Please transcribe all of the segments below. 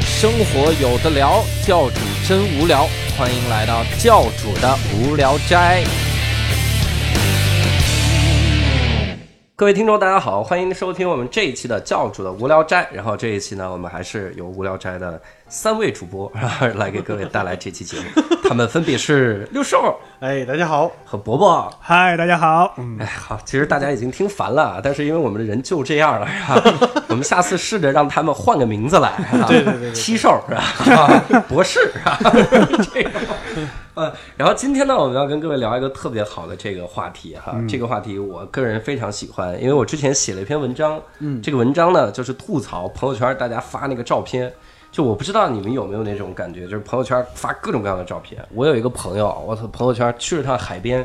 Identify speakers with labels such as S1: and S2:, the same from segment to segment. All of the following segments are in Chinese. S1: 生活有的聊，教主真无聊，欢迎来到教主的无聊斋。各位听众，大家好，欢迎收听我们这一期的教主的无聊斋。然后这一期呢，我们还是由无聊斋的三位主播来给各位带来这期节目，他们分别是六兽
S2: 哎，大家好，
S1: 和伯伯。
S3: 嗨，大家好。嗯，
S1: 哎，好，其实大家已经听烦了啊，但是因为我们的人就这样了，是吧？我们下次试着让他们换个名字来，是吧
S2: 对对对对对
S1: 七兽是吧？啊博士是吧？ 这个， 呃，然后今天呢，我们要跟各位聊一个特别好的这个话题哈，这个话题我个人非常喜欢，因为我之前写了一篇文章，嗯，这个文章呢就是吐槽朋友圈大家发那个照片。就我不知道你们有没有那种感觉，就是朋友圈发各种各样的照片。我有一个朋友，啊我操，朋友圈去了趟海边，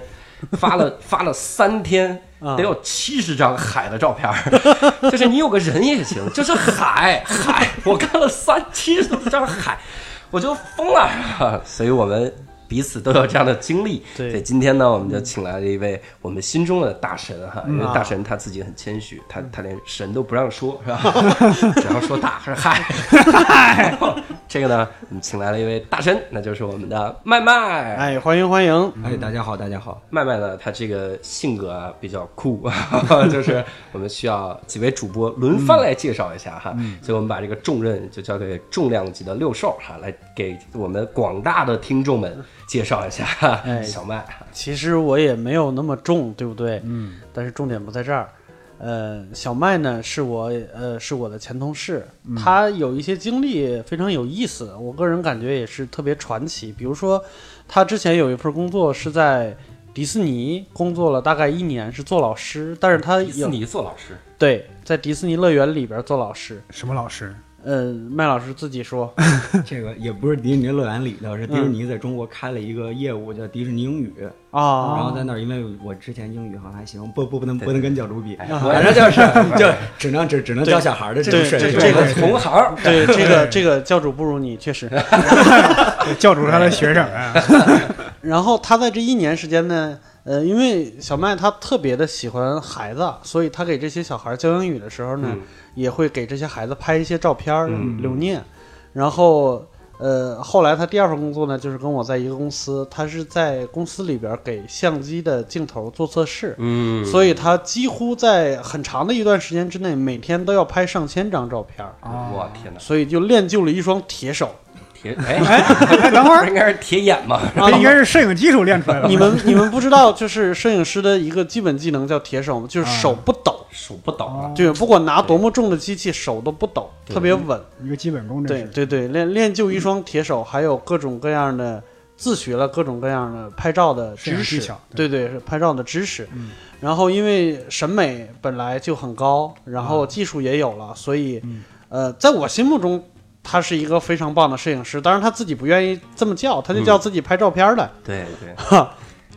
S1: 发了发了三天，得有七十张海的照片儿， 就是你有个人也行，就是海海，我看了三七十张海，我就疯了。啊所以我们彼此都有这样的经历。
S2: 对
S1: 所以今天呢，我们就请来了一位我们心中的大神哈，
S2: 嗯
S1: 因为大神他自己很谦虚，他他连神都不让说， 是吧？只要说大还是嗨。 这个呢，我们请来了一位大神，那就是我们的麦麦。
S2: 哎，欢迎欢迎，
S4: 哎，大家好，大家好。
S1: 麦麦呢，他这个性格啊比较酷， 就是我们需要几位主播轮番来介绍一下哈，
S2: 嗯
S1: 所以我们把这个重任就交给重量级的六兽哈，来给我们广大的听众们介绍一下、
S2: 哎
S1: 小麦。
S2: 其实我也没有那么重，对不对？嗯，但是重点不在这儿。呃，小麦呢是我呃是我的前同事，他有一些经历非常有意思，我个人感觉也是特别传奇。比如说，他之前有一份工作是在迪士尼工作了大概一年，是做老师，但是他
S1: 迪士
S2: 有
S1: 尼做老师，
S2: 对在迪士尼乐园里边做老师。
S3: 什么老师？
S2: 嗯，麦老师自己说，
S4: 这个也不是迪士尼乐园里的，是迪士尼在中国开了一个业务叫迪士尼英语，
S1: 哦
S2: 啊，
S4: 然后在那儿，因为我之前英语好像还行，不不不能不能跟教主比，
S1: 哎
S4: 啊反正就 是就只能只只能教小孩儿的这种
S2: 对
S4: 水
S2: 对
S4: 平。
S1: 这个同行。
S2: 对这个这个教主不如你，确实。
S3: 教主他的学 生啊。
S2: 然后他在这一年时间呢，呃，因为小麦他特别的喜欢孩子，所以他给这些小孩教英语的时候呢，
S1: 嗯
S2: 也会给这些孩子拍一些照片儿
S1: 嗯
S2: 留念。然后，呃，后来他第二份工作呢，就是跟我在一个公司，他是在公司里边给相机的镜头做测试，
S1: 嗯，
S2: 所以他几乎在很长的一段时间之内，每天都要拍上千张照片儿，
S1: 我天哪，
S2: 所以就练就了一双 铁手。
S1: 铁哎，
S3: 哎，等
S1: 不
S3: 会儿
S1: 是， 应该是铁眼吗？
S3: 这应该是摄影技术练出来的。
S2: 你们你们不知道，就是摄影师的一个基本技能叫铁手吗？就是
S3: 啊
S2: 手不抖，
S1: 数不懂啊。
S2: 就是不管拿多么重的机器，手都不抖，
S1: 对
S2: 特别稳。
S3: 一个基本功，这
S2: 对
S3: 嗯是。
S2: 对对，练练就一双铁手，还有各种各样的自学了各种各样的拍照的
S3: 摄影
S2: 知识
S3: 技巧，嗯
S2: 对对，是拍照的知识。然后因为审美本来就很高，然
S3: 啊
S2: 后技术也有了，所以
S3: 嗯
S2: 呃，在我心目中。他是一个非常棒的摄影师，当然他自己不愿意这么叫，
S3: 嗯
S2: 他就叫自己拍照片儿的。
S1: 对对，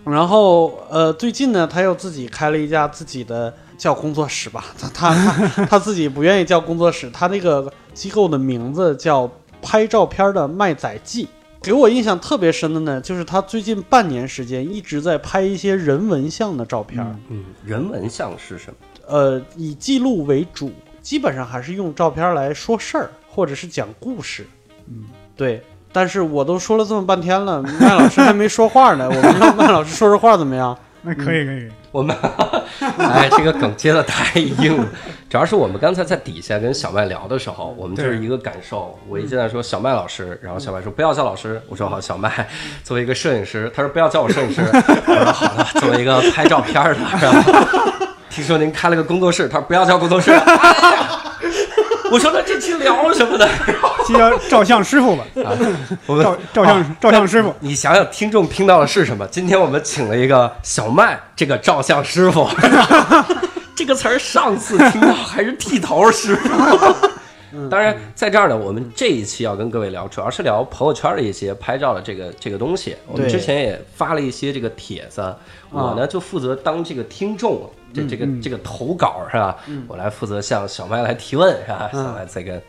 S2: 然后呃，最近呢，他又自己开了一家自己的叫工作室吧， 他他他他自己不愿意叫工作室，他那个机构的名字叫拍照片的麦仔记。给我印象特别深的呢，就是他最近半年时间一直在拍一些人文像的照片儿，
S1: 嗯，人文像是什么？
S2: 呃，以记录为主，基本上还是用照片来说事儿，或者是讲故事。
S3: 嗯，
S2: 对。但是我都说了这么半天了，麦老师还没说话呢，我们让麦老师说说话怎么样？
S3: 那可以可以。
S1: 我们， 哎，这个梗接的太硬了。主要是我们刚才在底下跟小麦聊的时候，我们就是一个感受。我一进来说小麦老师，然后小麦说不要叫老师，我说好。小麦作为一个摄影师，他说不要叫我摄影师，我说好了。作为一个拍照片的，然后听说您开了个工作室，他说不要叫工作室。哎呀 我说那这期聊什么呢？
S3: 就叫照相师傅吧，
S2: 啊
S1: 我们
S3: 照照相照相师傅。
S1: 你想想，听众听到的是什么？今天我们请了一个小麦这个照相师傅，这个词儿上次听到还是剃头师傅。嗯当然，在这儿呢，我们这一期要跟各位聊，主要是聊朋友圈的一些拍照的这个这个东西。我们
S2: 对
S1: 之前也发了一些这个帖子，我呢就负责当这个听众，这这个这个投稿是吧？我来负责向小麦来提问是吧？小麦这个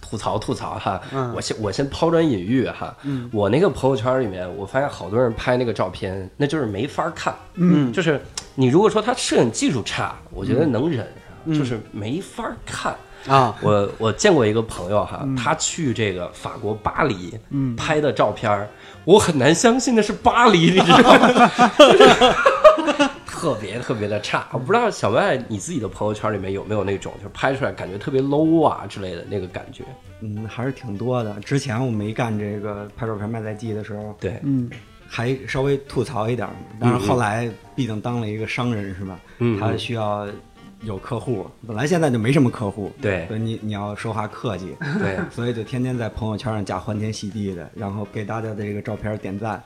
S1: 吐槽吐槽哈，我先我先抛砖引玉哈，我那个朋友圈里面，我发现好多人拍那个照片，那就是没法看，嗯，就是你如果说他摄影技术差，我觉得能忍，
S2: 嗯
S1: 就是没法儿看。
S2: 啊，
S1: 我我见过一个朋友
S3: 嗯
S1: 哈，他去这个法国巴黎拍的照片儿，我很难相信那是巴黎，你知道吗？ 特别特别的差，我不知道小麦你自己的朋友圈里面有没有那种，就是拍出来感觉特别 low 啊之类的那个感觉。
S4: 嗯，还是挺多的。之前我没干这个拍照片卖菜记的时候，
S1: 对，
S3: 嗯，
S4: 还稍微吐槽一点儿，但是后来毕竟当了一个商人是吧？
S1: 嗯
S4: 他需要有客户，本来现在就没什么客户，
S1: 对
S4: 所以你你要说话客气，
S1: 对，
S4: 所以就天天在朋友圈上假欢天喜地的，然后给大家的这个照片点赞。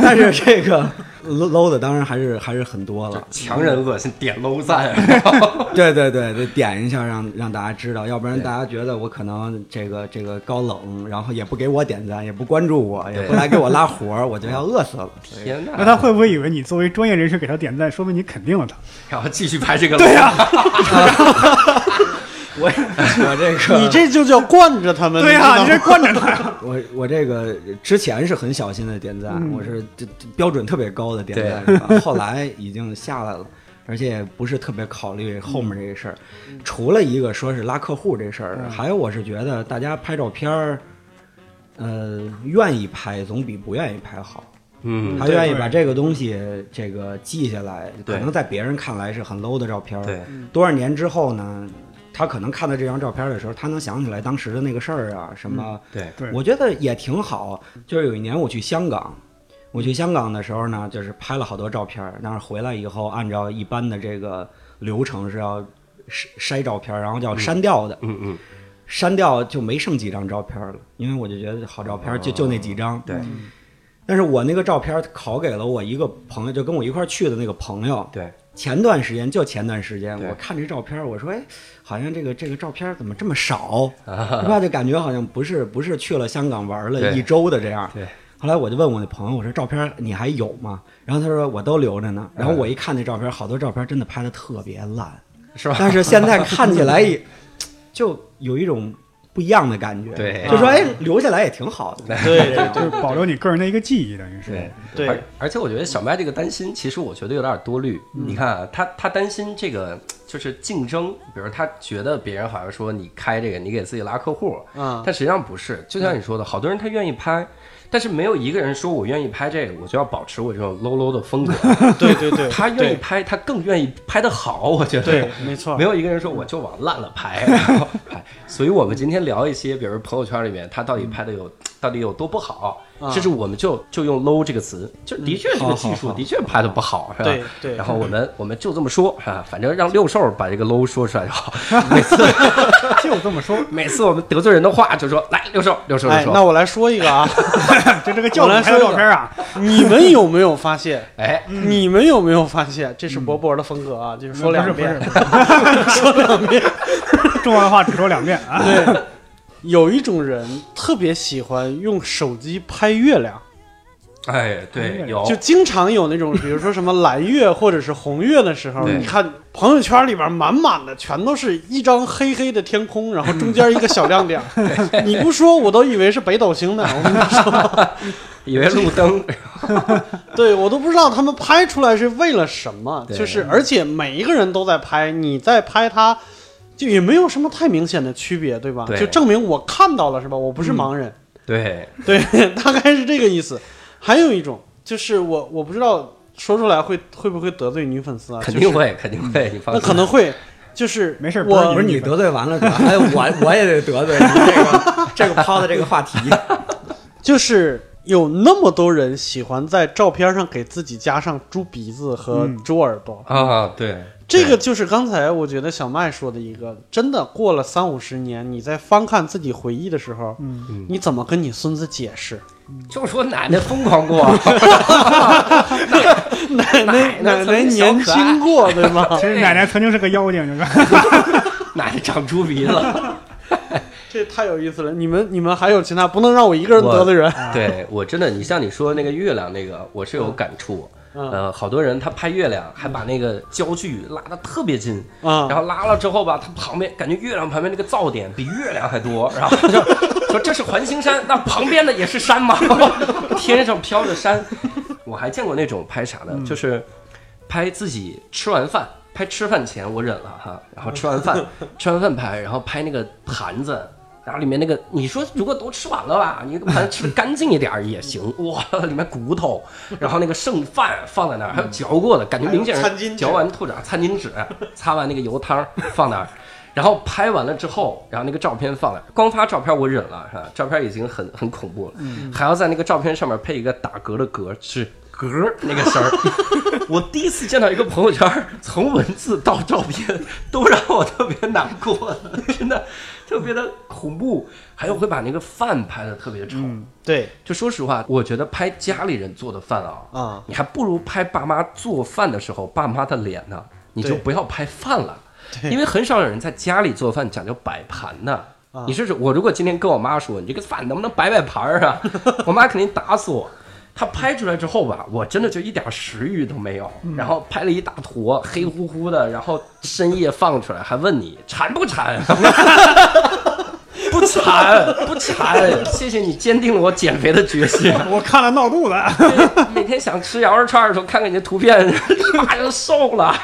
S4: 但是这个 low low 的当然还是还是很多了，
S1: 强人恶心，点 low 赞，
S4: 对对对，得点一下让让大家知道，要不然大家觉得我可能这个这个高冷，然后也不给我点赞，也不关注我，也不来给我拉活儿，我就要饿死了。
S1: 天
S3: 那
S1: 哪！
S3: 他会不会以为你作为专业人士给他点赞，说明你肯定 了他？
S1: 然后继续拍这个，对呀，
S3: 啊
S4: 我 我这个
S2: 你这就叫惯着他们。
S3: 对
S2: 呀、
S3: 呀，你这惯着他呀。
S4: 我我这个之前是很小心的点赞，
S3: 嗯
S4: 我是这这标准特别高的点赞，是吧？后来已经下来了。而且也不是特别考虑后面这个事儿，
S3: 嗯
S4: 除了一个说是拉客户这事儿，还有我是觉得大家拍照片儿，呃，愿意拍总比不愿意拍好。
S1: 嗯，
S4: 他
S3: 对
S4: 愿意
S3: 对
S4: 把这个东西这个记下来，
S1: 对
S4: 可能在别人看来是很 low 的照片儿。
S1: 对，
S4: 多少年之后呢，他可能看到这张照片的时候，他能想起来当时的那个事儿啊，什
S3: 嗯
S4: 么？
S1: 对，
S3: 对
S4: 我觉得也挺好。就是有一年我去香港，我去香港的时候呢，就是拍了好多照片儿，但是回来以后，按照一般的这个流程是要筛筛照片儿，然后就要删掉的。
S1: 嗯嗯，
S4: 删掉就没剩几张照片了，因为我就觉得好照片就就那几张。
S1: 哦对，
S2: 嗯
S4: 但是我那个照片拷给了我一个朋友，就跟我一块儿去的那个朋友。
S1: 对，
S4: 前段时间就前段时间，
S1: 对
S4: 我看这照片，我说哎，好像这个这个照片怎么这么 少，是吧？就感觉好像不是不是去了香港玩了
S1: 对
S4: 一周的这样。
S1: 对。
S4: 后来我就问我那朋友，我说照片你还有吗？然后他说我都留着 呢。然后我一看那照片，好多照片真的拍的特别烂，
S1: 是吧？
S4: 但 是现在看起来 也就有一种不一样的感觉，
S1: 对
S4: 就说哎，留下来也挺 好的，
S2: 对对
S3: 就是保留你个人的一个记忆，等于是
S1: 对。
S2: 对
S1: 而而且我觉得小麦这个担心，其实我觉得有点多虑。
S2: 嗯
S1: 你看啊，他他担心这个就是竞争，比如他觉得别人好像说你开这个，你给自己拉客户，
S2: 啊，
S1: 但实际上不是。就像你说的，
S2: 嗯
S1: 好多人他愿意拍，但是没有一个人说我愿意拍这个，我就要保持我这种 low low 的风格。
S2: 对对对，
S1: 他愿意
S2: 对
S1: 拍，他更愿意拍的好，我觉得。
S2: 对，没错
S1: 没，有一个人说我就往烂了拍，然后拍。所以我们今天聊一些，比如朋友圈里面他到底拍的 有到底有多不好，
S2: 啊
S1: 甚至我们就就用 low 这个词，就的确这个技术的确拍的不好，是吧？
S2: 对对
S1: 然后我们我 们就这么说，啊，反正让六兽把这个 low 说 出来就好。每次
S3: 就这么说，
S1: 每次我们得罪人的话就说来六兽六兽六
S2: 哎，那
S1: 兽，
S2: 我来说一个 啊，
S3: 就这个教主
S2: 我来
S3: 拍的
S2: 说一个嗯
S3: 照片啊，嗯
S2: 你们有没有发现？
S1: 哎，
S2: 你们有没有发现，这是博博的风格啊？就是说两遍
S3: 不，是，不 是中文话只说两遍啊。
S2: 对，有一种人特别喜欢用手机拍月亮，
S1: 哎，对，有
S2: 就经常有那种，比如说什么蓝月或者是红月的时候，
S1: 对
S2: 你看朋友圈里边满满的全都是一张黑黑的天空，然后中间一个小亮点， 你不说我都以为是北斗星呢。我跟你说，
S1: 以为路灯，
S2: 对我都不知道他们拍出来是为了什么，
S1: 对
S2: 就是而且每一个人都在拍，你在拍它。就也没有什么太明显的区别，对吧？
S1: 对嗯
S2: 就证明我看到了，是吧？我不是盲人，
S1: 对，
S2: 对，大概是这个意思。还有一种就是我我不知道说出来会会不会得罪女粉丝啊？
S1: 肯
S2: 就
S1: 定
S2: 是嗯
S1: 会，肯定会，你放
S2: 那
S1: 心。
S2: 可能会，就是
S3: 没事不
S2: 我
S4: 不是你得罪完了， 主要还有我我也得得罪你这个这个抛的这个话题，
S2: 就是有那么多人喜欢在照片上给自己加上猪鼻子和
S3: 嗯
S2: 猪耳朵，
S1: 啊，对，
S2: 这个就是刚才我觉得小麦说的一个，真的过了三五十年，你在翻看自己回忆的时候，
S3: 嗯，
S2: 你怎么跟你孙子解释？
S1: 就说奶奶疯狂过， 奶奶
S2: 奶奶奶
S1: 曾
S2: 奶
S1: 经小
S2: 年
S1: 可爱
S2: 轻过，对吗？
S3: 其实奶奶曾经是个妖精，你看，
S1: 奶奶长猪鼻子了。
S2: 这太有意思了！你们你们还有其他不能让我一个人得罪人。
S1: 对我真的，你像你说那个月亮那个，我是有感触。
S2: 啊嗯
S1: 呃，好多人他拍月亮，还把那个焦距拉得特别近，
S2: 嗯
S1: 然后拉了之后吧，他旁边感觉月亮旁边那个噪点比月亮还多，然后他 就说这是环形山，那旁边的也是山吗？ 天上飘着山，我还见过那种拍啥的，就是拍自己吃完饭拍吃饭前我忍了哈，然后吃完饭吃完饭拍，然后拍那个盘子，然后里面那个你说如果都吃完了吧，你盘吃的干净一点儿也行。哇，里面骨头，然后那个剩饭放在那儿，还有嚼过的，感觉明显
S5: 还有餐巾
S1: 是
S5: 纸
S1: 嚼完吐着餐巾纸，擦完那个油汤放那儿。然后拍完了之后，然后那个照片放那儿，光发照片我忍了，是吧？照片已经很很恐怖了，还要在那个照片上面配一个打嗝的嗝，是嗝儿那个声儿。 我第一次见到一个朋友圈儿，从文字到照片都让我特别难过的，真的特别的恐怖。还有会把那个饭拍的特别丑，
S2: 对
S1: 就说实话，我觉得拍家里人做的饭啊，
S2: 啊
S1: 你还不如拍爸妈做饭的时候爸妈的脸呢，你就
S2: 对
S1: 不要拍饭了，因为很少有人在家里做饭讲究摆盘呢。
S2: 啊
S1: 你试试，我如果今天跟我妈说你这个饭能不能摆摆盘儿啊， 我妈肯定打死我。她拍出来之后吧，我真的就一点食欲都没有，
S2: 嗯
S1: 然后拍了一大坨黑乎乎的，然后深夜放出来，还问你馋不馋？ 不馋，不馋。谢谢你坚定了我减肥的决心。
S3: 我看了闹肚子，
S1: 每天想吃羊肉串的时候，看看你的图片， 一把就瘦了。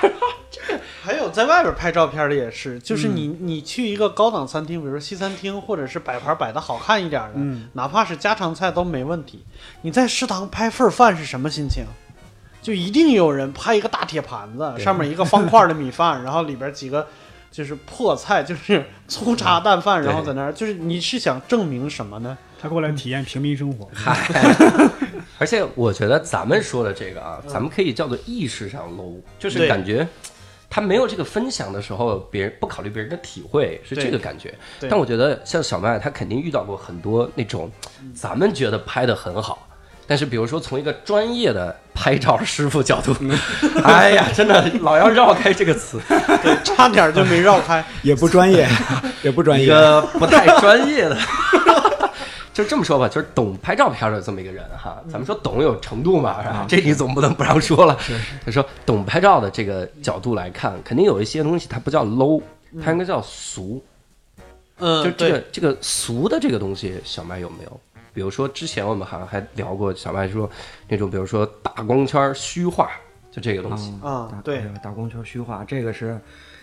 S2: 还有在外边拍照片的也是，就是你、
S1: 嗯
S2: 你去一个高档餐厅，比如说西餐厅，或者是摆盘摆的好看一点的，
S1: 嗯
S2: 哪怕是家常菜都没问题。你在食堂拍份儿饭是什么心情？就一定有人拍一个大铁盘子，上面一个方块的 米饭，然后里边几个就是破菜， 就是粗茶淡饭，然后在那儿，就是你是想证明什么呢？
S3: 他过来体验平民生活。
S1: 而且我觉得咱们说的这个啊，咱们可以叫做意识上 low，就是
S2: 对
S1: 感觉他没有这个分享的时候，别人不考虑别人的体会，是这个感觉。
S2: 对
S1: 但我觉得像小麦，他肯定遇到过很多那种咱们觉得拍的很好。但是，比如说从一个专业的拍照师傅角度， 哎呀，真的老要绕开这个词，
S2: 对， 差点就没绕 开。
S4: 也不专业，也不专
S1: 一
S4: 业。啊
S1: 个不太专业的， 就这么说吧，就是懂拍照片的这么一个人哈。咱们说懂有程度嘛，是吧？这你总不能不让说了。他说懂拍照的这个角度来看，肯定有一些东西它不叫 low，它应该叫俗。
S2: 嗯，
S1: 就这个
S2: 对
S1: 这个俗的这个东西，小麦有没有？比如说之前我们好像还聊过，小麦说那种比如说大光圈虚化，就这个东西。
S2: 啊
S4: 打哎
S2: 对，
S4: 打光圈虚化，这个是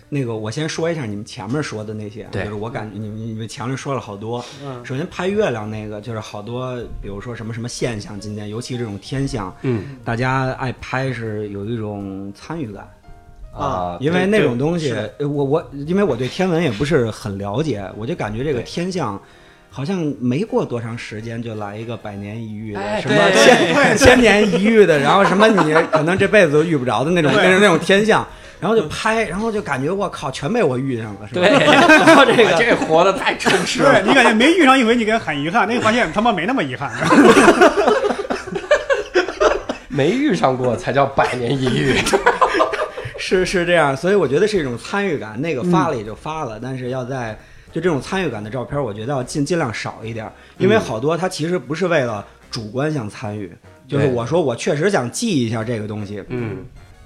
S4: 那个我先说一下你们前面说的那些啊，就
S1: 对
S4: 是我感觉你们你们前面说了好多。
S2: 嗯
S4: 首先拍月亮那个就是好多，比如说什么什么现象，今天尤其这种天象，
S1: 嗯
S4: 大家爱拍是有一种参与感。
S1: 啊，
S4: 因为那种东西
S2: 对，
S4: 呃我我因为我对天文也不是很了解，我就感觉这个
S1: 对
S4: 天象。好像没过多长时间就来一个百年一遇的，
S1: 哎
S4: 什么
S1: 对
S4: 千 千年一遇的，然后什么你可能这辈子都遇不着的那种，那种那种天象，然后就拍，然后就感觉我靠，全被我遇上了，是吧？
S1: 对，这个这活的太充实了
S3: 对。你感觉没遇上一回，你感觉很遗憾，那个发现他妈没那么遗憾。
S1: 没遇上过才叫百年一遇。
S4: 是是这样，所以我觉得是一种参与感。那个
S1: 嗯
S4: 发了也就发了，但是要在就这种参与感的照片，我觉得要尽尽量少一点儿，因
S1: 嗯
S4: 为好多它其实不是为了主观想参与，就是
S1: 对
S4: 我说我确实想记一下这个东西，
S1: 嗯，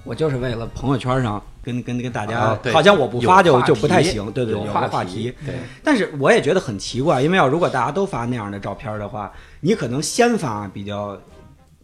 S4: 我就是为了朋友圈上跟跟跟大家，
S1: 啊对
S4: 好像我不发
S1: 有
S4: 就
S1: 话
S4: 就不太
S1: 题
S4: 行，对对，
S1: 有
S4: 有个
S1: 话
S4: 话
S1: 题对
S4: 但是我也觉得很奇怪，因为要如果大家都发那样的照片的话，你可能先发比较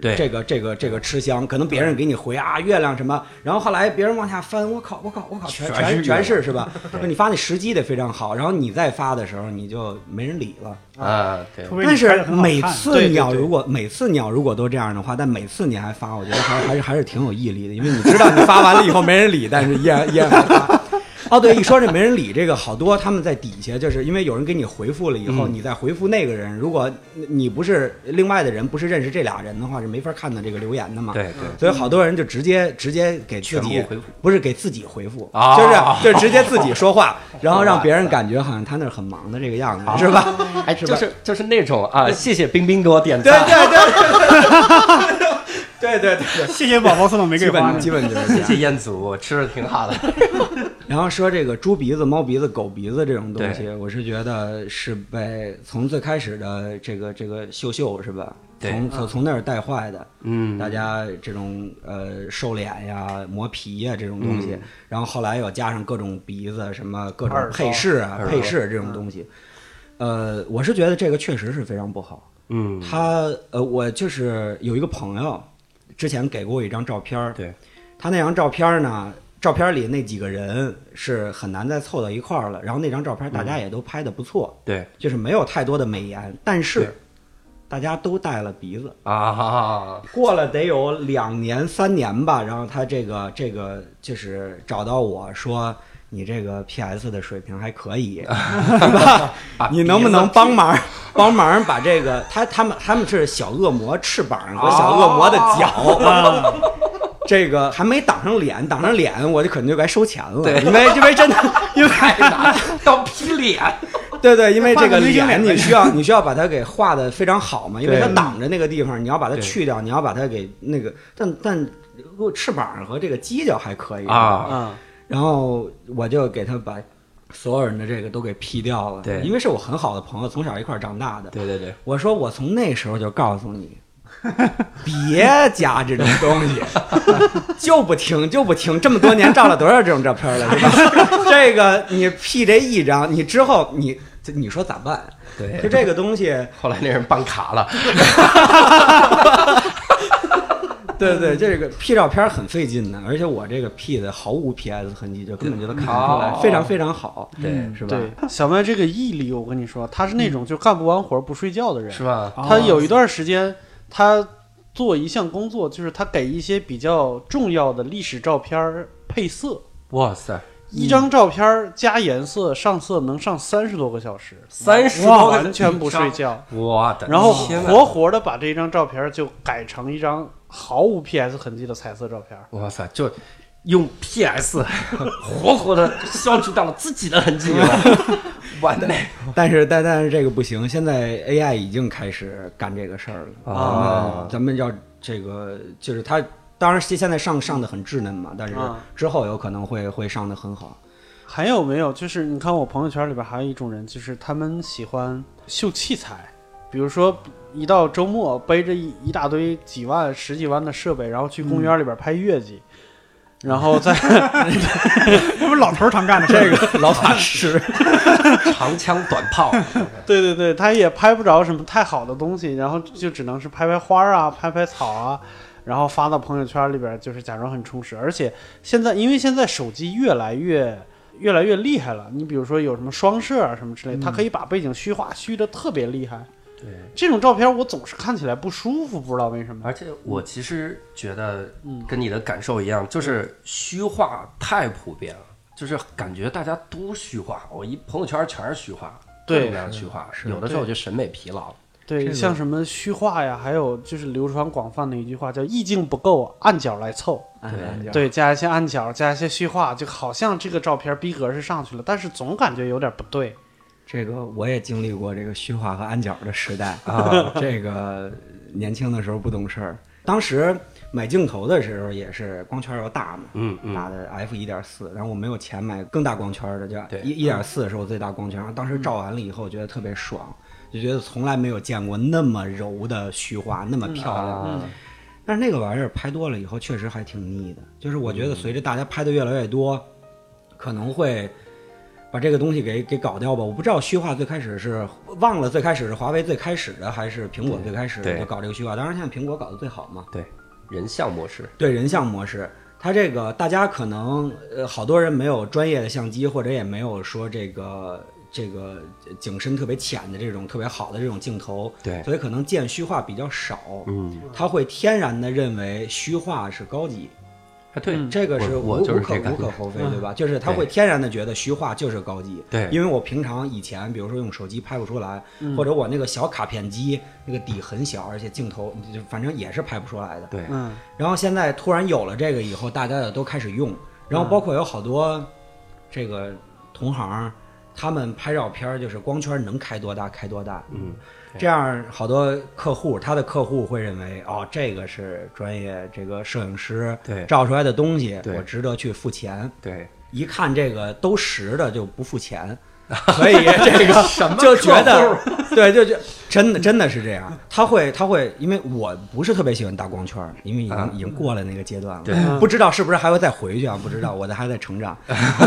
S1: 对
S4: 这个这个这个吃香，可能别人给你回啊月亮什么，然后后来别人往下翻，我靠我靠我靠，全
S1: 全是
S4: 全全
S1: 月
S4: 是 是吧？就你发那时机得非常好，然后你再发的时候你就没人理了。
S1: 啊，对，
S3: 除非你拍
S4: 但
S3: 得
S4: 是
S3: 很好
S4: 每
S3: 看
S4: 次
S2: 对对
S4: 鸟
S2: 对
S4: 如果每次鸟如果都这样的话，但每次你还发，我觉得还还是还是挺有毅力的，因为你知道你发完了以后没人理，但是依然依然还发。哦，对，一说这没人理这个，好多他们在底下就是因为有人给你回复了以后，
S1: 嗯
S4: 你再回复那个人，如果你不是另外的人，不是认识这俩人的话，是没法看到这个留言的嘛。。
S1: 对对，
S4: 所以好多人就直接直接给自
S1: 全部
S4: 己
S1: 回复
S4: 不是给自己回复，
S1: 啊
S4: 就是就是直接自己说话，然后让别人感觉好像他那儿很忙的这个样子，是吧？
S1: 哎，就是就是那种啊，谢谢冰冰给我点
S4: 对
S1: 赞，
S4: 对对，对对对，
S3: 谢谢宝宝送的玫
S4: 基
S3: 瑰花
S4: 本
S3: 呢，
S4: 基本就是这
S1: 谢谢
S4: 样。
S1: 彦祖，我吃的挺好的。
S4: 然后说这个猪鼻子、猫鼻子、狗鼻子这种东西，
S1: 对
S4: 我是觉得是被从最开始的这个这个秀秀是吧？
S1: 对
S4: 从从从那儿带坏的，
S1: 嗯
S4: 大家这种呃瘦脸呀、磨皮呀这种东西，
S1: 嗯
S4: 然后后来又加上各种鼻子什么各种
S2: 耳朵
S4: 配饰啊、
S1: 耳朵
S4: 配饰这种东西，呃，我是觉得这个确实是非常不好。
S1: 嗯，
S4: 他呃，我就是有一个朋友，之前给过我一张照片儿，
S1: 对，
S4: 他那张照片儿呢，照片里那几个人是很难再凑到一块儿了。然后那张照片大
S1: 嗯
S4: 家也都拍的不错，
S1: 对
S4: 就是没有太多的美颜，但
S1: 对
S4: 是大家都带了鼻子。
S1: 啊，
S4: 过了得有两年三年吧，然后他这个这个就是找到我说。你这个 PS 的水平还可以，
S1: 把
S4: 你能不
S1: 鼻子
S4: 能帮忙帮忙把这个他他们他们是小恶魔翅膀和小恶魔的脚，
S3: 啊，
S4: 这个还没挡上脸，挡上脸我就可能就该收钱了，因为因为真的因为
S1: 要劈 脸？
S4: 对对，因为这
S3: 画
S4: 个
S3: 个明星
S4: 脸
S3: 脸
S4: 你需要 你需要把它给画的非常好嘛，因为
S1: 对
S4: 它挡着那个地方，你要把它
S1: 对
S4: 去掉，你要把它给那个，但但翅膀和这个犄角还可以
S1: 啊，
S2: 啊，
S4: 然后我就给他把所有人的这个都给 P 掉了，
S1: 对
S4: 因为是我很好的朋友，从小一块儿长大的。
S1: 对对对，
S4: 我说我从那时候就告诉你，别加这种东西，就不听就不听。这么多年照了多少这种照片了，是吧？这个你 P 这一张，你之后你这你说咋办？
S1: 对
S4: 就这个东西，
S1: 后来那人办卡了，
S4: 对对，这个 P 照片很费劲的，而且我这个 P 的毫无 PS 痕迹，就根本就能看不出来
S1: 哦，
S4: 非常非常好，
S1: 对嗯
S4: 是吧？
S2: 对， 小麦这个毅力，我跟你说，他是那种就干不完活儿不睡觉的人，
S1: 是吧？
S3: 啊
S1: 啊
S2: 他有一段时间，他做一项工作，就是他给一些比较重要的历史照片儿配色，
S1: 哇塞，
S2: 一张照片儿加颜色上色能上三十多个小时，
S1: 三十
S2: 哇
S1: 多个
S2: 完全不睡觉，
S1: 我的天哪，啊
S2: 然后活活的把这张照片儿就改成一张毫无 PS 痕迹的彩色照片儿。
S1: 哇塞，就用 PS 活活的消除掉了自己的痕迹了， 完美
S4: 但是但但是这个不行，现在 AI 已经开始干这个事儿了
S1: 啊
S4: 嗯咱们要这个就是它，当然现现在上上的很稚嫩嘛，但是
S2: 啊
S4: 之后有可能会会上的很好。
S2: 还有没有？就是你看我朋友圈里边还有一种人，就是他们喜欢秀器材，比如说一到周末背着一一大堆几万、十几万的设备，然后去公园里边拍月季，然后再
S3: 这不是老头儿常干的事儿
S4: 这个老法师，
S1: 长枪短 炮，
S2: 对对对，他也拍不着什么太好的东西，然后就只能是拍拍花儿啊，拍拍草啊，然后发到朋友圈里边，就是假装很充实。而且现在，因为现在手机越来越越来越厉害了，你比如说有什么双摄啊什么之类，它可以把背景虚化虚的特别厉害。
S1: 对。
S2: 这种照片我总是看起来不舒服，不知道为什么。
S1: 而且我其实觉得，
S4: 嗯
S1: 跟你的感受一样，就是虚化太普遍了，就是感觉大家都虚化。我一朋友圈全是虚化，
S2: 对
S1: 各种各样的虚化，有的时候我就审美疲劳了。
S2: 对，像什么虚化呀，还有就是流传广泛的一句话叫“意境不够，按脚来凑”。
S4: 对，
S2: 对，加一些暗角，加一些虚化，就好像这个照片逼格是上去了，但是总感觉有点不对。
S4: 这个我也经历过这个虚化和按角的时代
S1: 啊，
S4: 这个年轻的时候不懂事儿，当时买镜头的时候也是光圈要大嘛，
S1: 嗯嗯，
S4: 打的 f 一点四，然后我没有钱买更大光圈的，就
S1: 对
S4: 一一点四是我最大光圈。然后当时照完了以后，觉得特别爽，就觉得从来没有见过那么柔的虚化，那么漂亮。
S1: 啊，
S4: 但是那个玩意儿拍多了以后，确实还挺腻的。就是我
S1: 嗯
S4: 觉得随着大家拍的越来越多，可能会把这个东西给给搞掉吧。我不知道虚化最开始是忘了最开始是华为最开始的，还是苹果最开始
S1: 对
S4: 就搞这个虚化。当然现在苹果搞得最好嘛。
S1: 对，人像模式，
S4: 对人像模式，它这个大家可能呃好多人没有专业的相机，或者也没有说这个这个景深特别浅的这种特别好的这种镜头，
S1: 对，
S4: 所以可能见虚化比较少，
S1: 嗯，
S4: 他会天然的认为虚化是高级，
S1: 啊对，
S4: 哎这个是
S1: 我我
S4: 无
S1: 就是
S4: 无可
S1: 这个
S4: 无可厚非，对吧？就是他会天然的觉得虚化就是高级。
S1: 对
S4: 因为我平常以前，比如说用手机拍不出来，或者我那个小卡片机那个底很小，而且镜头就反正也是拍不出来的。
S1: 对，
S2: 嗯，
S4: 然后现在突然有了这个以后，大家也都开始用，然后
S1: 嗯
S4: 包括有好多这个同行，他们拍照片儿就是光圈能开多大开多大，
S1: 嗯，
S4: 这样好多客户他的客户会认为哦，这个是专业这个摄影师
S1: 对
S4: 照出来的东西，
S1: 对
S4: 我值得去付钱。
S1: 对，
S4: 一看这个都实的就不 付钱，所以这个就觉得 对，就觉真的真的是这样。他会他会，因为我不是特别喜欢大光圈儿，因为已经、
S1: 啊
S4: 已经过了那个阶段了，
S1: 对嗯
S4: 不知道是不是还会再回去啊？不知道，我的还在 成长。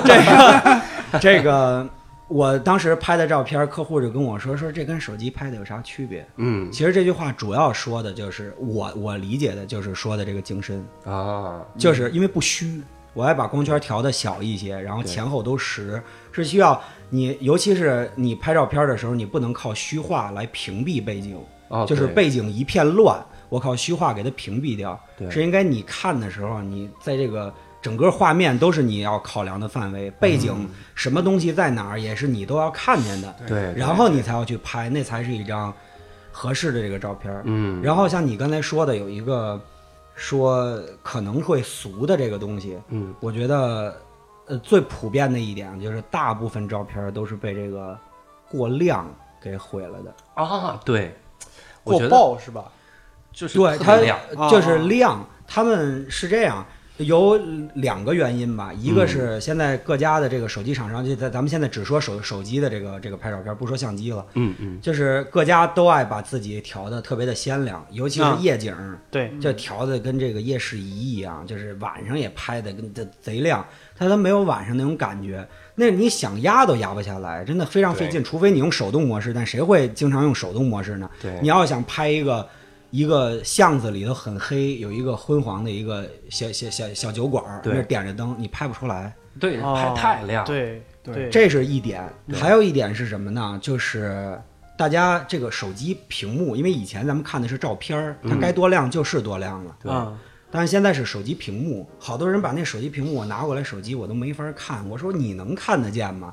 S4: 这个这个，我当时拍的照片儿，客户就跟我说说这跟手机拍的有啥区别？
S1: 嗯
S4: 其实这句话主要说的就是我我理解的就是说的这个精深，
S1: 啊，
S4: 就是因为不虚。我爱把光圈调的小一些，然后前后都实，是需要你，尤其是你拍照片的时候，你不能靠虚化来屏蔽背景，
S1: 哦，
S4: 就是
S1: 对
S4: 背景一片乱，我靠虚化给它屏蔽掉，
S1: 对
S4: 是应该你看的时候，你在这个整个画面都是你要考量的范围，背
S1: 嗯
S4: 景什么东西在哪儿也是你都要看见的，
S1: 对，对
S4: 然后你才要去拍，那才是一张合适的这个照片。
S1: 嗯，
S4: 然后像你刚才说的，有一个说可能会俗的这个东西，
S1: 嗯，
S4: 我觉得呃最普遍的一点就是大部分照片都是被这个过亮给毁了的。
S1: 啊，对，我
S2: 过
S1: 觉得呃
S2: 曝是吧？啊
S1: 就是
S4: 对，
S1: 特
S4: 它
S1: 别亮，
S4: 就是亮，他们是这样。有两个原因吧，
S1: 嗯
S4: 一个是现在各家的这个手机厂商，就在咱们现在只说手手机的这个这个拍照片，不说相机了，
S1: 嗯嗯，
S4: 就是各家都爱把自己调的特别的鲜亮，尤其是
S2: 啊
S4: 夜景，
S2: 对，
S4: 就调的跟这个夜视仪一样，就是晚上也拍的跟这贼亮，但它没有晚上那种感觉。那你想压都压不下来，真的非常费劲。除非你用手动模式，但谁会经常用手动模式呢？
S1: 对
S4: 你要想拍一个一个巷子里头很黑，有一个昏黄的一个小小小小酒馆儿，
S1: 对
S4: 那儿点着灯，你拍不出来。
S1: 对，
S2: 哦
S1: 拍太亮，，
S2: 对
S3: 对
S2: 对，
S4: 这是一点，还有一点是什么呢？就是大家这个手机屏幕，因为以前咱们看的是照片儿，它该多亮就是多亮了。
S2: 啊
S4: 但是现在是手机屏幕，好多人把那手机屏幕我拿过来，手机我都没法看。我说你能看得见吗？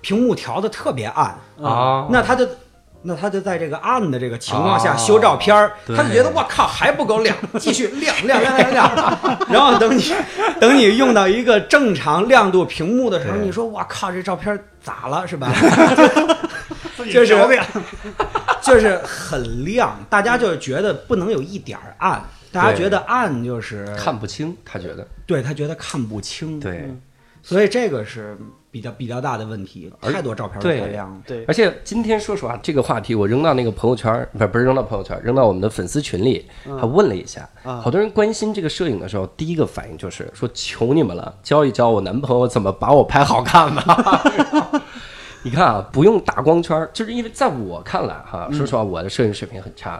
S4: 屏幕调的特别暗，
S1: 啊，
S4: 那他就。那他就在这个暗的这个情况下
S1: 哦
S4: 修照片儿，
S1: 对
S4: 他就觉得我靠还不够亮，继续亮亮亮亮 亮。然后等你等你用到一个正常亮度屏幕的时候，
S1: 对
S4: 你说我靠这照片咋了是吧？
S3: 自己
S4: 这是
S3: 调的呀。
S4: 就是很亮，大家就觉得不能有一点儿暗，大家
S1: 对
S4: 觉得暗就是
S1: 看不清，他觉得，
S4: 对他觉得看不清，
S1: 嗯对，
S4: 所以这个是比较比较大的问题，太多照片
S1: 对
S4: 太亮了。
S2: 对，
S1: 而且今天说实话，这个话题我扔到那个朋友圈儿，不是不是扔到朋友圈儿，扔到我们的粉丝群里，还问了一下，好多人关心这个摄影的时候，第一个反应就是说：“求你们了，教一教我男朋友怎么把我拍好看 吧。”你看啊，不用打光圈儿，就是因为在我看来哈、说实话，我的摄影水平很差，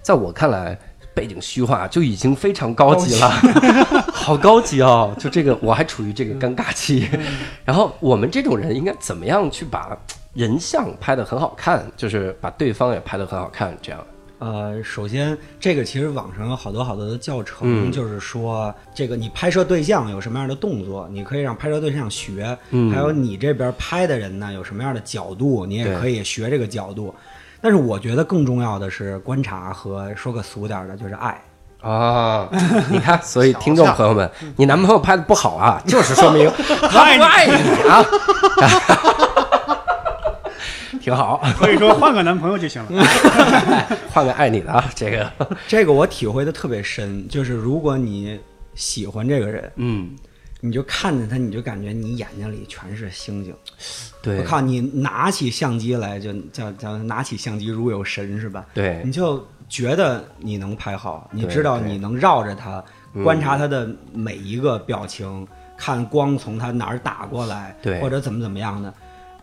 S1: 在我看来。背景虚化就已经非常高级了，好高级哦！就这个，我还处于这个尴尬期。然后我们这种人应该怎么样去把人像拍得很好看，就是把对方也拍得很好看，这样
S4: 呃，首先这个其实网上有好多好多的教程，
S1: 嗯
S4: 就是说这个你拍摄对象有什么样的动作，你可以让拍摄对象学，
S1: 嗯
S4: 还有你这边拍的人呢有什么样的角度，你也
S1: 对
S4: 可以学这个角度。但是我觉得更重要的是观察和说个俗点儿的，就是爱。
S1: 啊？你看，所以听众朋友们，你男朋友拍的不好啊，就是说明他不爱你啊，挺好，
S3: 所以说换个男朋友就行了。
S1: 换个爱你的啊，这个，
S4: 这个我体会的特别深，就是如果你喜欢这个人，
S1: 嗯，
S4: 你就看着他，你就感觉你眼睛里全是星星。
S1: 对
S4: 我，靠，你拿起相机来就叫叫拿起相机如有神是吧？
S1: 对
S4: 你就觉得你能拍好，你
S1: 对
S4: 知道
S1: 对
S4: 你能绕着它，观察它的每一个表情，看光从它哪儿打过来，
S1: 对
S4: 或者怎么怎么样的，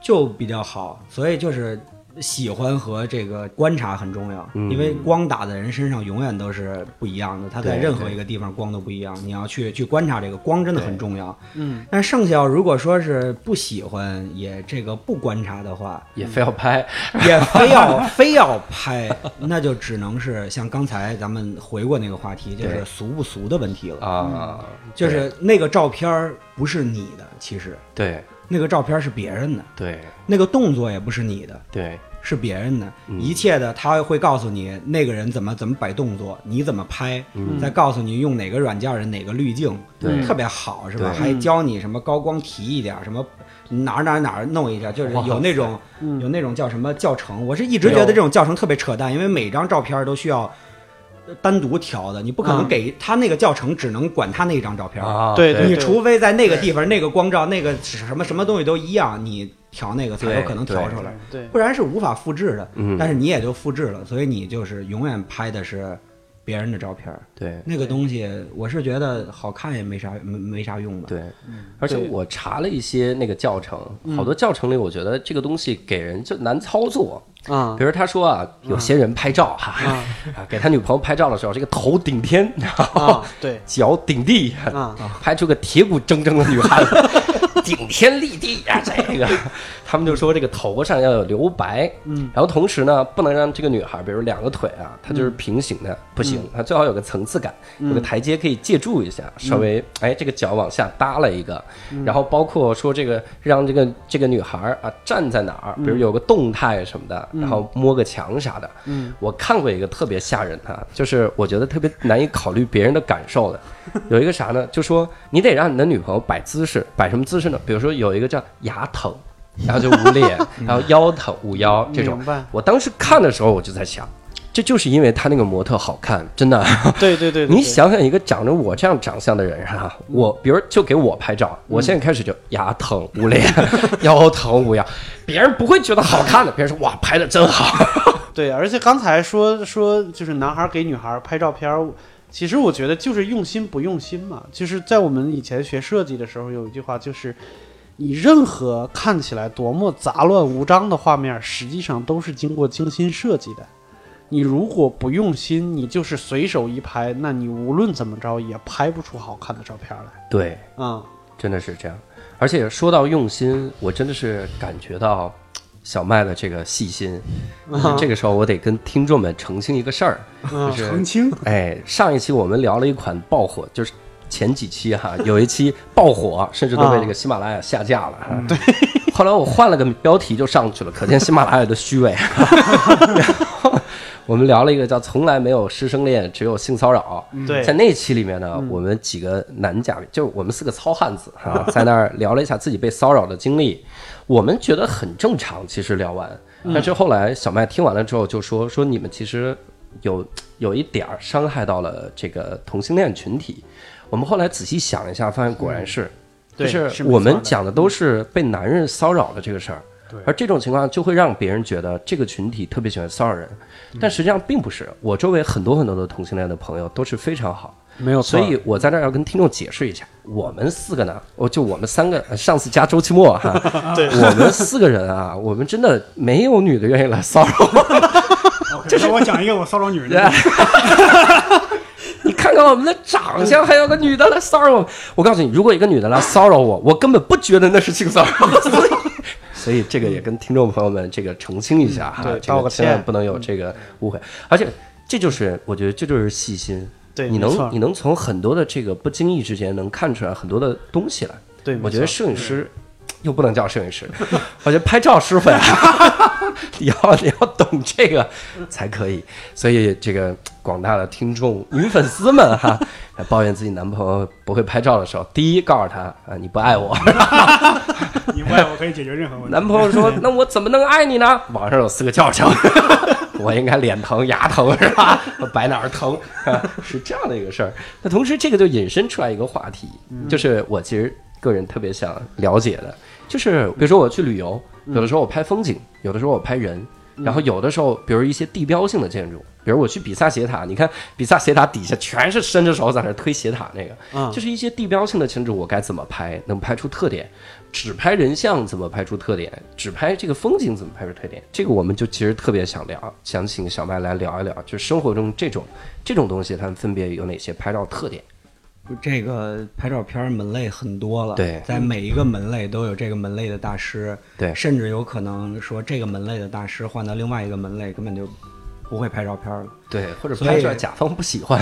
S4: 就比较好。所以就是喜欢和这个观察很重要，
S1: 嗯
S4: 因为光打在人身上永远都是不一样的，它在
S1: 对
S4: 任何
S1: 对
S4: 一个地方光都不一样，你要去去观察这个光真的很
S1: 对
S4: 重要。
S2: 嗯，
S4: 但剩下如果说是不喜欢也这个不观察的话，
S1: 也非要拍，
S4: 也非要非要拍，那就只能是像刚才咱们回过那个话题，就是
S1: 对
S4: 俗不俗的问题了。
S1: 啊，
S4: 就是那个照片儿不是你的，其实
S1: 对
S4: 那个照片儿是别人的，
S1: 对
S4: 那个动作也不是你的，
S1: 对
S4: 是别人的。
S1: 嗯
S4: 一切的他会告诉你那个人怎么怎么摆动作，你怎么拍，再告诉你用哪个软件儿、哪个滤镜，
S1: 嗯对
S4: 特别好是吧？
S1: 对
S4: 还教你什么高光提一点儿，什么哪儿哪儿哪儿弄一下，就是
S1: 哇
S4: 有那种
S2: 嗯
S4: 有那种叫什么教程。我是一直觉得这种教程特别扯淡，因为每张照片儿都需要呃单独调的，你不可能
S2: 嗯
S4: 给他那个教程只能管他那一张照片儿。
S1: 啊，
S2: 对对
S4: 你除非在那个地方、那个光照、那个什么什么东西都一样，你调那个才有
S1: 对
S4: 可能
S1: 对
S4: 调出来。
S2: 对
S4: 不然是无法复制的。
S1: 嗯
S4: 但是你也就复制了，所以你就是永远拍的是别人的照片儿，
S1: 对
S4: 那个东西我是觉得好看也没啥没没啥用吧。
S1: 对，而且我查了一些那个教程，好多教程里我觉得这个东西给人就难操作。
S2: 啊
S1: 比如他说啊，有些人拍照哈， 啊，给他女朋友拍照的时候，这个头顶天， 然后
S2: 啊，对
S1: 脚顶地，
S2: 啊，
S1: 拍出个铁骨铮铮的女汉子， 顶天立地呀、这个，他们就说这个头上要有留白，嗯，然后同时呢，不能让这个女孩，比如两个腿啊，她就是平行的，不行，她最好有个层次感，有个台阶可以借助一下，稍微哎这个脚往下搭了一个，然后包括说这个让这个这个女孩啊站在哪儿，比如有个动态什么的，然后摸个墙啥的，嗯，我看过一个特别吓人的，啊就是我觉得特别难以考虑别人的感受的。有一个啥呢？就说你得让你的女朋友摆姿势，摆什么姿势呢？比如说有一个叫牙疼，然后就捂 脸，然后腰疼捂腰这种
S2: 明白。
S1: 我当时看的时候我就在想，这就是因为他那个模特好看，真的。
S2: 对对对，对
S1: 你，想想一个长着我这样长相的人哈、啊我比如就给我拍
S2: 嗯
S1: 照，我现在开始就牙疼捂脸， 腰疼捂腰，别人不会觉得好看的，别人说哇拍的真 好。
S2: 对，而且刚才说说就是男孩给女孩拍照片儿，其实我觉得就是用心不用心嘛。就是在我们以前学设计的时候，有一句话就是，你任何看起来多么杂乱无章的画面，实际上都是经过精心设计的。你如果不用心，你就是随手一拍，那你无论怎么着也拍不出好看的照片来
S1: 对，
S2: 啊、
S1: 真的是这样。而且说到用心，我真的是感觉到小麦的这个细心。就是这个时候，我得跟听众们澄清一个事儿，就是
S3: 澄 清，
S1: 哎，上一期我们聊了一款爆火，就是前几期哈，有一期爆火，甚至都被这个喜马拉雅下架了。哈。对， 后来我换了个标题就上去了，可见喜马拉雅的虚伪。 然后我们聊了一个叫“从来没有师生恋，只有性骚扰”。
S2: 对
S1: 在那期里面呢，我们几个男嘉宾，就是我们四个糙汉子啊，在那儿聊了一下自己被骚扰的经历，我们觉得很正常。其实聊完，但是后来小麦听完了之后就说：“说你们其实有有一点儿伤害到了这个同性恋群体。”我们后来仔细想一下，发现果然是，就
S2: 嗯对
S1: 是
S2: 是
S1: 我们
S2: 没错的嗯
S1: 讲的都是被男人骚扰的这个事儿。而这种情况就会让别人觉得这个群体特别喜欢骚扰人，
S2: 嗯
S1: 但实际上并不是。我周围很多很多的同性恋的朋友都是非常好，
S2: 没有错
S1: 所
S2: 儿。
S1: 以我在这儿要跟听众解释一下，我们四个呢，我就我们三个，呃上次加周期末哈， 我们四个人啊，我们真的没有女的愿意来骚扰我。
S3: 这是我讲一个我骚扰女人的故事，
S1: 你看看我们的长相，还有个女的来骚扰我。我告诉你，如果一个女的来骚扰我，我根本不觉得那是性骚扰。所以，所以这个也跟听众朋友们这个澄清一下哈，
S2: 嗯对
S1: 这
S2: 道
S1: 个
S2: 个
S1: 千万
S2: 歉
S1: 不能有这个误会。而且，这就是我觉得这就是细心。
S2: 对
S1: 你
S2: 没错
S1: 能你能从很多的这个不经意之间能看出来很多的东西来。
S2: 对，
S1: 我
S2: 没
S1: 觉得
S2: 错
S1: 摄影师又不能叫摄影师，我觉得拍照师傅呀， 你要你要懂这个才可以。所以这个广大的听众女粉丝们哈， 抱怨自己男朋友不会拍照的时候，第一告诉他啊你不爱我。
S3: 你问我可以解决任何问题。
S1: 男朋友 说那我怎么能爱你呢？ 网上有四个教程， 我应该脸疼、牙疼是吧？摆哪儿疼、啊是这样的一个事儿。那同时这个就引申出来一个话题，就是我其实个人特别想了解的，就是比如说我去旅游，有的时候我拍风景，有的时候我拍人。然后有的时候，比如一些地标性的建筑，比如我去比萨斜塔，你看比萨斜塔底下全是伸着手在那儿推斜塔那个，
S2: 嗯
S1: 就是一些地标性的建筑，我该怎么拍能拍出特点？只拍人像怎么拍出特点？只拍这个风景怎么拍出特点？这个我们就其实特别想聊，想请小麦来聊一聊，就是生活中这种这种东西，它们分别有哪些拍照特点？
S4: 这个拍照片门类很多了，
S1: 对
S4: 在每一个门类都有这个门类的大师，
S1: 对
S4: 甚至有可能说这个门类的大师换到另外一个门类根本就不会拍照片了。
S1: 对，或者
S4: 所以
S1: 拍出来甲方不喜 欢，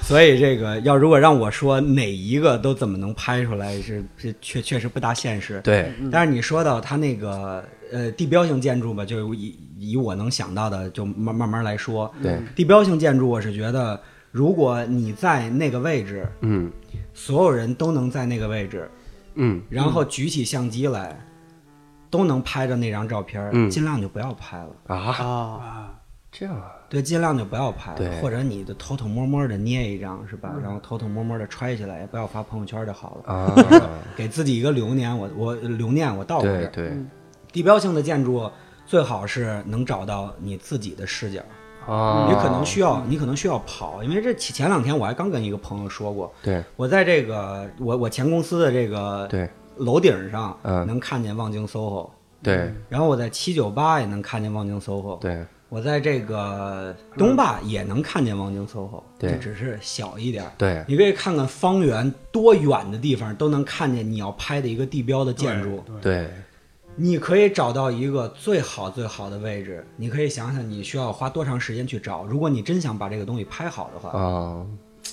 S4: 所以这个要如果让我说哪一个都怎么能拍出来，是这确确实不大现实。
S1: 对，
S4: 但是你说到它那个呃地标性建筑吧，就以以我能想到的，就慢慢慢来说。
S1: 对，
S4: 地标性建筑，我是觉得如果你在那个位置，
S1: 嗯
S4: 所有人都能在那个位置，
S1: 嗯，
S4: 然后举起相机来，都能拍着那张照片儿，
S1: 嗯
S4: 尽量就不要拍了。
S1: 啊，
S2: 啊，
S1: 这样啊，
S4: 对，尽量就不要拍了
S1: 对
S4: 或者你就偷偷摸摸的捏一张是吧？然后偷偷摸摸的揣起来，也不要发朋友圈就好了。
S1: 啊，
S4: 给自己一个留念，我我留念我到这
S1: 对
S4: 儿。
S1: 对，
S4: 地标性的建筑最好是能找到你自己的视角，
S1: 啊，
S4: 你可能需要，你可能需要跑，因为这前前两天我还刚跟一个朋友说过，
S1: 对
S4: 我在这个我我前公司的这个
S1: 对
S4: 楼顶上，
S1: 嗯
S4: 能看见望京 SOHO，
S1: 对
S4: 然后我在七九八也能看见望京 SOHO，
S1: 对
S4: 我在这个东坝也能看见望京 SOHO，
S1: 对
S4: 就只是小一点儿。
S1: 对
S4: 你可以看看方圆多远的地方都能看见你要拍的一个地标的建筑，
S3: 对，
S1: 对
S4: 你可以找到一个最好最好的位置。你可以想想你需要花多长时间去找。如果你真想把这个东西拍好的话，
S1: 啊，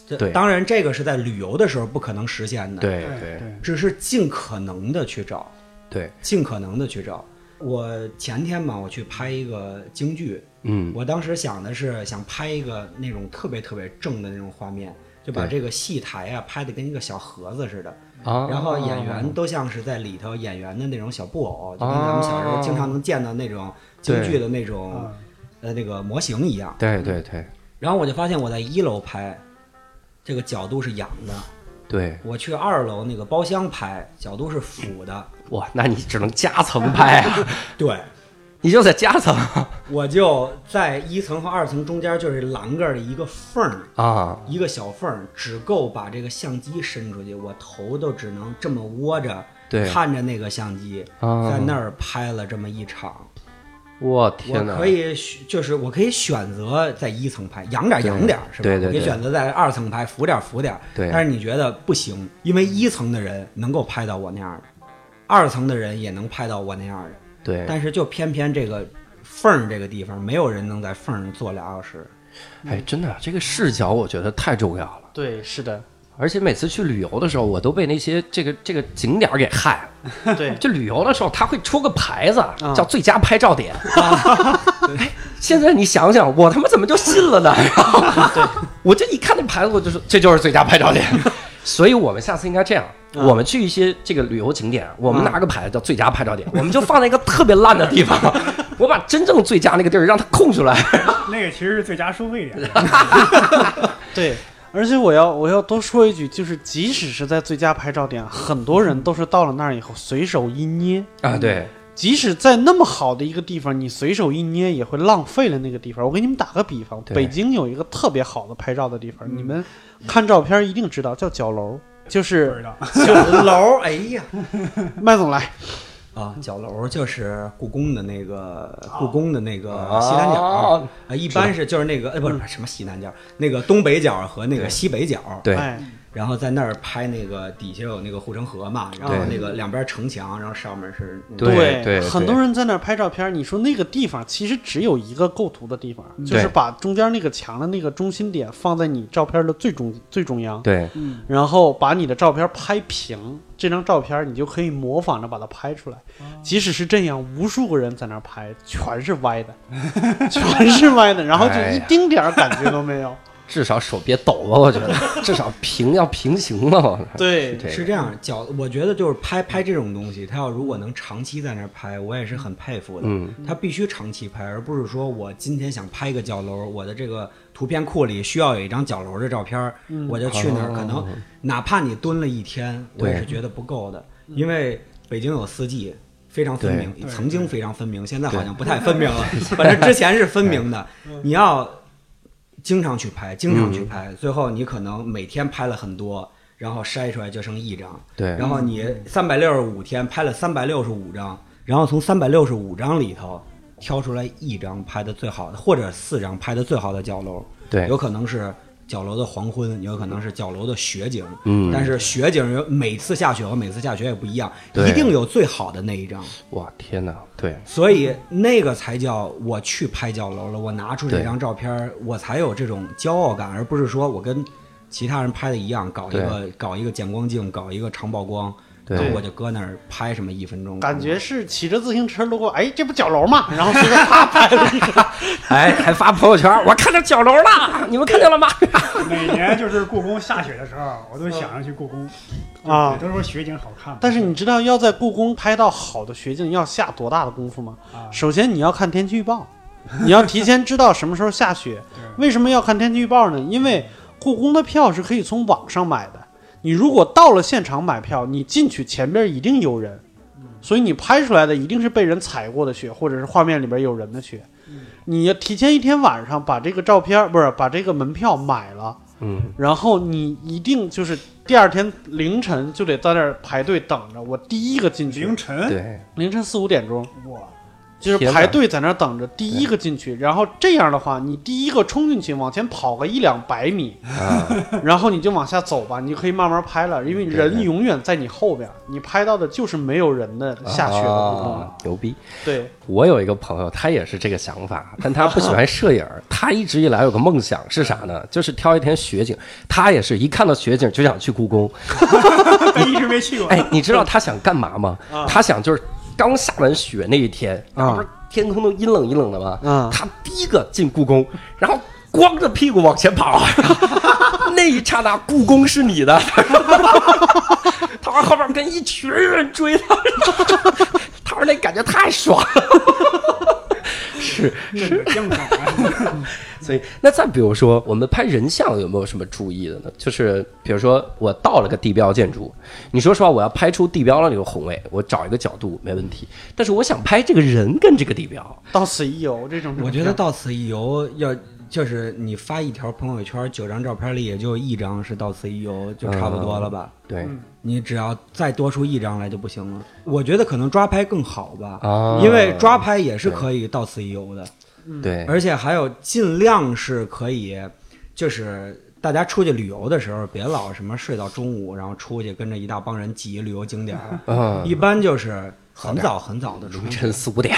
S4: 这
S1: 对
S4: 当然这个是在旅游的时候不可能实现的，，
S1: 对
S3: 对
S1: 对
S4: 只是尽可能的去找，
S1: 对，
S4: 尽可能的去找。我前天嘛，我去拍一个京剧，
S1: 嗯
S4: 我当时想的是想拍一个那种特别特别正的那种画面，就把
S1: 对
S4: 这个戏台啊拍的跟一个小盒子似的，
S1: 啊，
S4: 然后演员都像是在里头演员的那种小布偶，就跟咱们小时
S1: 哦
S4: 候经常能见到那种京剧的那种
S3: 啊
S4: 呃那个模型一样。
S1: 对对对
S4: 然后我就发现我在一楼拍，这个角度是仰的；
S1: 对，
S4: 我去二楼那个包厢拍，角度是俯的。
S1: 哇，那你只能夹层拍啊，
S4: 对，
S1: 你就在夹层
S4: 我就在一层和二层中间就是栏杆的一个缝儿。
S1: 啊，
S4: 一个小缝儿，只够把这个相机伸出去，我头都只能这么窝着，
S1: 对
S4: 看着那个相机，
S1: 啊
S4: 在那儿拍了这么一场。
S1: 我
S4: 我
S1: 天哪，
S4: 可以选就是我可以选择在一层拍，仰点儿仰点儿是吧？
S1: 对对
S4: 我可以
S1: 对
S4: 选择在二层拍，俯点儿俯点儿。
S1: 对
S4: 但是你觉得不行，因为一层的人能够拍到我那样的，二层的人也能拍到我那样的，
S1: 对，
S4: 但是就偏偏这个缝儿这个地方，没有人能在缝儿上坐俩 小时。
S1: 哎，真的，这个视角我觉得太重要了。
S2: 对，是的，
S1: 而且每次去旅游的时候，我都被那些这个这个景点儿给害了。
S2: 对，
S1: 就旅游的时候，他会出个牌子啊
S4: 啊
S2: 嗯
S1: 叫“最佳拍照 点”哎现在你想想，我他妈怎么就信了呢？然后 我就一看那牌子，我就说这就是最佳拍照 点。所以我们下次应该这样，
S4: 啊
S1: 我们去一些这个旅游景点，我们拿个牌子叫“最佳拍照点”，我们就放在一个特别烂的地 方，我把真正最佳那个地儿让它空出来。
S3: 那个其实是最佳收费点。
S2: 对。而且我要我要多说一句，就是即使是在最佳拍照点，很多人都是到了那儿以后随手一捏，
S4: 嗯
S1: 啊，对，
S2: 即使在那么好的一个地方，你随手一捏也会浪费了那个地方。我给你们打个比方，
S1: 对嗯
S2: 北京有一个特别好的拍照的地方，你们看照片一定知道，叫角楼，就
S3: 不知
S2: 是
S3: 道，
S4: 小楼，哎呀，
S2: 麦总来，
S4: 啊，
S1: 嗯
S4: 角楼就是故宫的那个
S1: 啊
S4: 故宫的那个西南角
S1: 哦
S4: 啊，一般是就是那个哎不是什么西南角，那个东北角和那个西北角，
S1: 嗯对
S2: 哎，
S4: 然后在那儿拍那个底下有那个护城河嘛，然后
S1: 对
S4: 那个两边城墙，然后上面是那个
S1: 对对
S2: 很
S1: 对
S2: 多人在那儿拍照片，你说那个地方其实只有一个构图的地方，就是
S1: 对
S2: 把中间那个墙的那个中心点放在你照片的最中最中央，
S1: 对
S2: 然后把你的照片拍平，这张照片你就可以模仿着把它拍出来。即使是这样，无数个人在那儿拍，全是歪的， 全是歪的，然后就
S1: 哎
S2: 一
S1: 呀
S2: 丁点儿感觉都没有。
S1: 至少手别抖吧，我觉得至少平要平行吧，我
S2: 对
S1: 这
S4: 是
S1: 个
S4: 这样角，我觉得就是拍拍这种东西，他要如果能长期在那儿拍，我也是很佩服的。
S1: 嗯，
S4: 他必须长期拍，而不是说我今天想拍一个角楼，我的这个图片库里需要有一张角楼的照片儿，我就去那儿。
S1: 哦
S4: 可能哪怕你蹲了一天，我
S1: 对
S4: 也是觉得不够的，因为北京有四季。非常分明，
S3: 对
S4: 曾经非常分明，现在好像不太分明了。 反正之前是分明的。你要经常去拍，经常去拍，
S1: 嗯
S4: 最后你可能每天拍了很多，然后筛出来就剩一张。
S1: 对
S4: 然后你三百六十五天拍了三百六十五张，然后从三百六十五张里头挑出来一张拍的最好的，或者四张拍的最好的角楼。
S1: 对
S4: 有可能是角楼的黄昏，有可能是角楼的雪景。
S1: 嗯
S4: 但是雪景有每次下雪和每次下雪也不一样，
S1: 对
S4: 一定有最好的那一张。
S1: 哇天哪，对
S4: 所以那个才叫我去拍角楼了，我拿出这
S1: 对
S4: 张照片儿，我才有这种骄傲感，而不是说我跟其他人拍的一样，搞一个搞一个减光镜，搞一个长曝光，
S1: 对
S4: 然后我就搁那儿拍什么一分钟，
S2: 感觉是骑着自行车路过，哎，这不角楼吗？然后随便 啪拍了一个。
S1: 哎，还发朋友圈，我看到角楼了，你们看见了吗？
S3: 每年就是故宫下雪的时候，我都想着去故宫
S2: 啊
S3: 都说雪景好看。
S2: 但是你知道要在故宫拍到好的雪景要下多大的功夫吗？
S3: 啊，
S2: 首先你要看天气预报， 你要提前知道什么时候下雪。
S3: 对
S2: 为什么要看天气预报呢？因为故宫的票是可以从网上买的，你如果到了现场买票，你进去前边一
S3: 嗯
S2: 定有人，所以你拍出来的一定是被人踩过的雪，或者是画面里边有人的雪。
S3: 嗯
S2: 你要提前一天晚上把这个照片不是把这个门票买了，
S1: 嗯，
S2: 然后你一定就是第二天凌晨就得在那儿排队等着，我第一个进去
S3: 凌，晨，
S1: 对，
S2: 凌晨四五点钟，
S3: 哇，
S2: 就是
S1: 天哪
S2: 排队在那儿等着，第一个进去，然后这样的话，你第一个冲进去，往前跑个一两百米，
S1: 啊，
S2: 然后你就往下走吧，你就可以慢慢拍了，因为人永远在你后边，你拍到的就是没有人的下雪的地方。
S1: 啊牛逼。
S2: 对，
S1: 我有一个朋友，他也是这个想法，但他不喜欢摄影儿。他一直以来有个梦想是啥呢？就是挑一天雪景。他也是一看到雪景就想去故宫。
S3: 一直没去过。
S1: 哎，你知道他想干嘛吗？他想就是刚下完雪那一天，那不是天空都阴冷阴冷的吗？
S2: 嗯
S1: 他第一个进故宫，然后光着屁股往前跑，那一刹那，故宫是你的。他往后边跟一群人追他， 他说那感觉太爽了。是，
S3: 那个样板啊，
S1: 所以，那再比如说，我们拍人像有没有什么注意的呢？就是比如说，我到了个地标建筑，你说实话，我要拍出地标的那个宏伟，我找一个角度没问题。但是我想拍这个人跟这个地标，
S2: 到此一游 E 这种照片，
S4: 我觉得到此一游要。就是你发一条朋友圈，九张照片里也就一张是到此一游，就差不多了吧？
S1: 对
S4: 你只要再多出一张来就不行了。我觉得可能抓拍更好吧，
S1: 啊
S4: 因为抓拍也是可以到此一游的，
S1: 对，
S4: 而且还有尽量是可以，就是大家出去旅游的时候，别老什么睡到中午，然后出去跟着一大帮人挤旅游景点儿，
S1: 嗯
S4: 一般就是很早很早的出
S1: 凌
S4: 去，
S1: 晨四五点，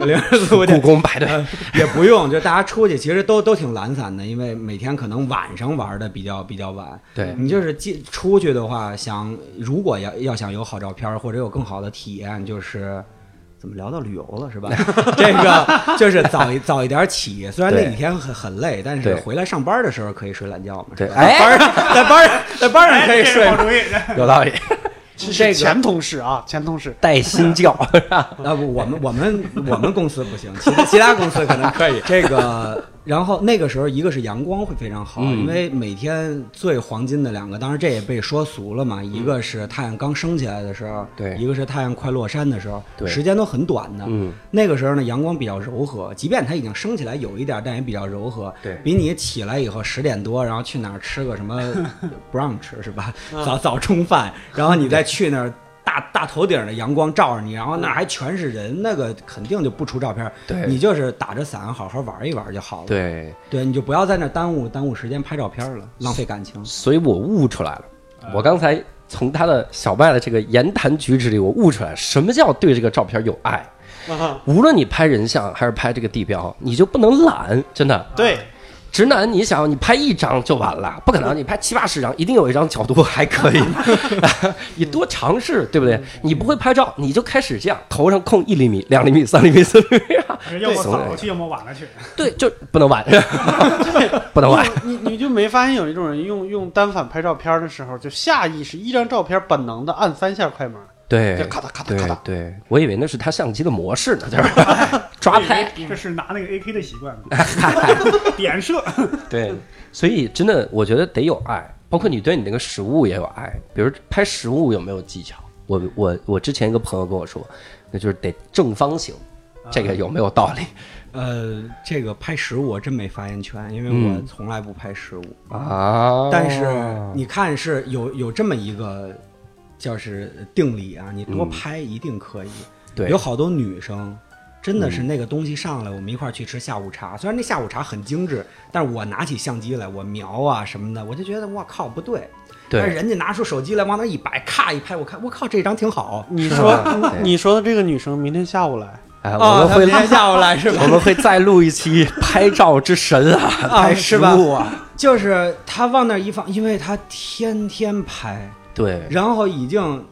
S4: 零四五
S1: 故
S4: 点
S1: 宫排队，
S4: 呃也不用，就大家出去其实都都挺懒散的，因为每天可能晚上玩的比较比较晚。
S1: 对
S4: 你就是进出去的话，想如果要要想有好照片儿或者有更好的体验，就是。怎么聊到旅游了是吧？ 这个就是早一早一点起，虽然那
S1: 对
S4: 几天很很累，但是
S1: 对
S4: 回来上班的时候可以睡懒觉嘛。
S1: 对哎
S4: 是吧在班上在班上在班上可以
S3: 这是
S4: 睡
S3: 好主 意。
S1: 有道理，
S2: 这个前同事啊，前同事，
S1: 带薪觉，
S4: 啊，不，我们我们我们公司不行，其他其他公司可能可以。这个，然后那个时候，一个是阳光会非常好，
S1: 嗯
S4: 因为每天最黄金的两个，当然这也被说俗了嘛，一个是太阳刚升起来的时候，
S1: 对
S4: 一个是太阳快落山的时候，
S1: 对
S4: 时间都很短的。
S1: 嗯，
S4: 那个时候呢，阳光比较柔和，即便它已经升起来有一点，但也比较柔和。
S1: 对
S4: 比你起来以后十点多，然后去哪儿吃个 什么 brunch 是吧？
S1: 嗯
S4: 早早中饭，然后你再去那儿。大大头顶的阳光照着你，然后那儿还全是人，那个肯定就不出照片。
S1: 嗯对
S4: 你就是打着伞好好玩一玩就好 了。
S1: 对，
S4: 对，你就不要在那儿耽误耽误时间拍照片了，浪费感情。
S1: 所以我悟出来了。我刚才从他的小麦的这个言谈举止里，我悟出来什么叫对这个照片有爱。
S2: 啊
S1: 无论你拍人像还是拍这个地标，你就不能懒，真的。
S2: 对，
S1: 直男，你想你拍一张就完了，不可能，你拍七八十张，一定有一张角度还可以， 你多尝试，对不对？你不会拍照，你就开始这样，头上空一厘米、两厘米、三厘米、四厘米、啊，
S3: 要么
S1: 怂
S3: 早
S1: 人
S3: 了去，要么晚 了去。
S1: 对，就不能 晚，不能晚，
S2: 你你就没发现有一种人用用单反拍照片的时候，就下意识一张照片本能的按三下快门，
S1: 对
S2: 就，咔嗒咔嗒
S1: 对
S2: 咔嗒。
S1: 对，我以为那是他相机的模式呢， 就是抓拍，
S3: 这这是拿那个 AK 的习 惯吗，点射。
S1: 对， 所以真的，我觉得得有爱，包括你对你那个食物也有爱。比如拍食物有没有技巧？我我我之前一个朋友跟我说，那就是得正方形，这个有没有道理
S4: 呃，这个拍食物我真没发言权，因为我
S1: 嗯
S4: 从来不拍食物。
S1: 啊？
S4: 但是你看是有有这么一个就是定理啊，你多拍一定可以。
S1: 对嗯
S4: 有好多女生真的是那个东西上来，我们一块儿去吃下午茶，虽然那下午茶很精致，但是我拿起相机来，我瞄啊什么的，我就觉得我靠不对。但是
S1: 对，
S4: 人家拿出手机来往那一摆，咔一拍，我看我靠这张挺好。
S2: 你
S1: 是
S2: 说
S1: 吧对
S2: 你说的这个女生明天下午来，
S1: 哎，
S4: 啊
S1: 我们
S4: 他
S1: 会
S4: 明天下午来是吧？
S1: 我们会再录一期拍照之神啊，
S4: 啊
S1: 拍食
S4: 是吧
S1: 物啊，
S4: 就是他往那儿一放，因为他天天拍，
S1: 对，
S4: 然后已经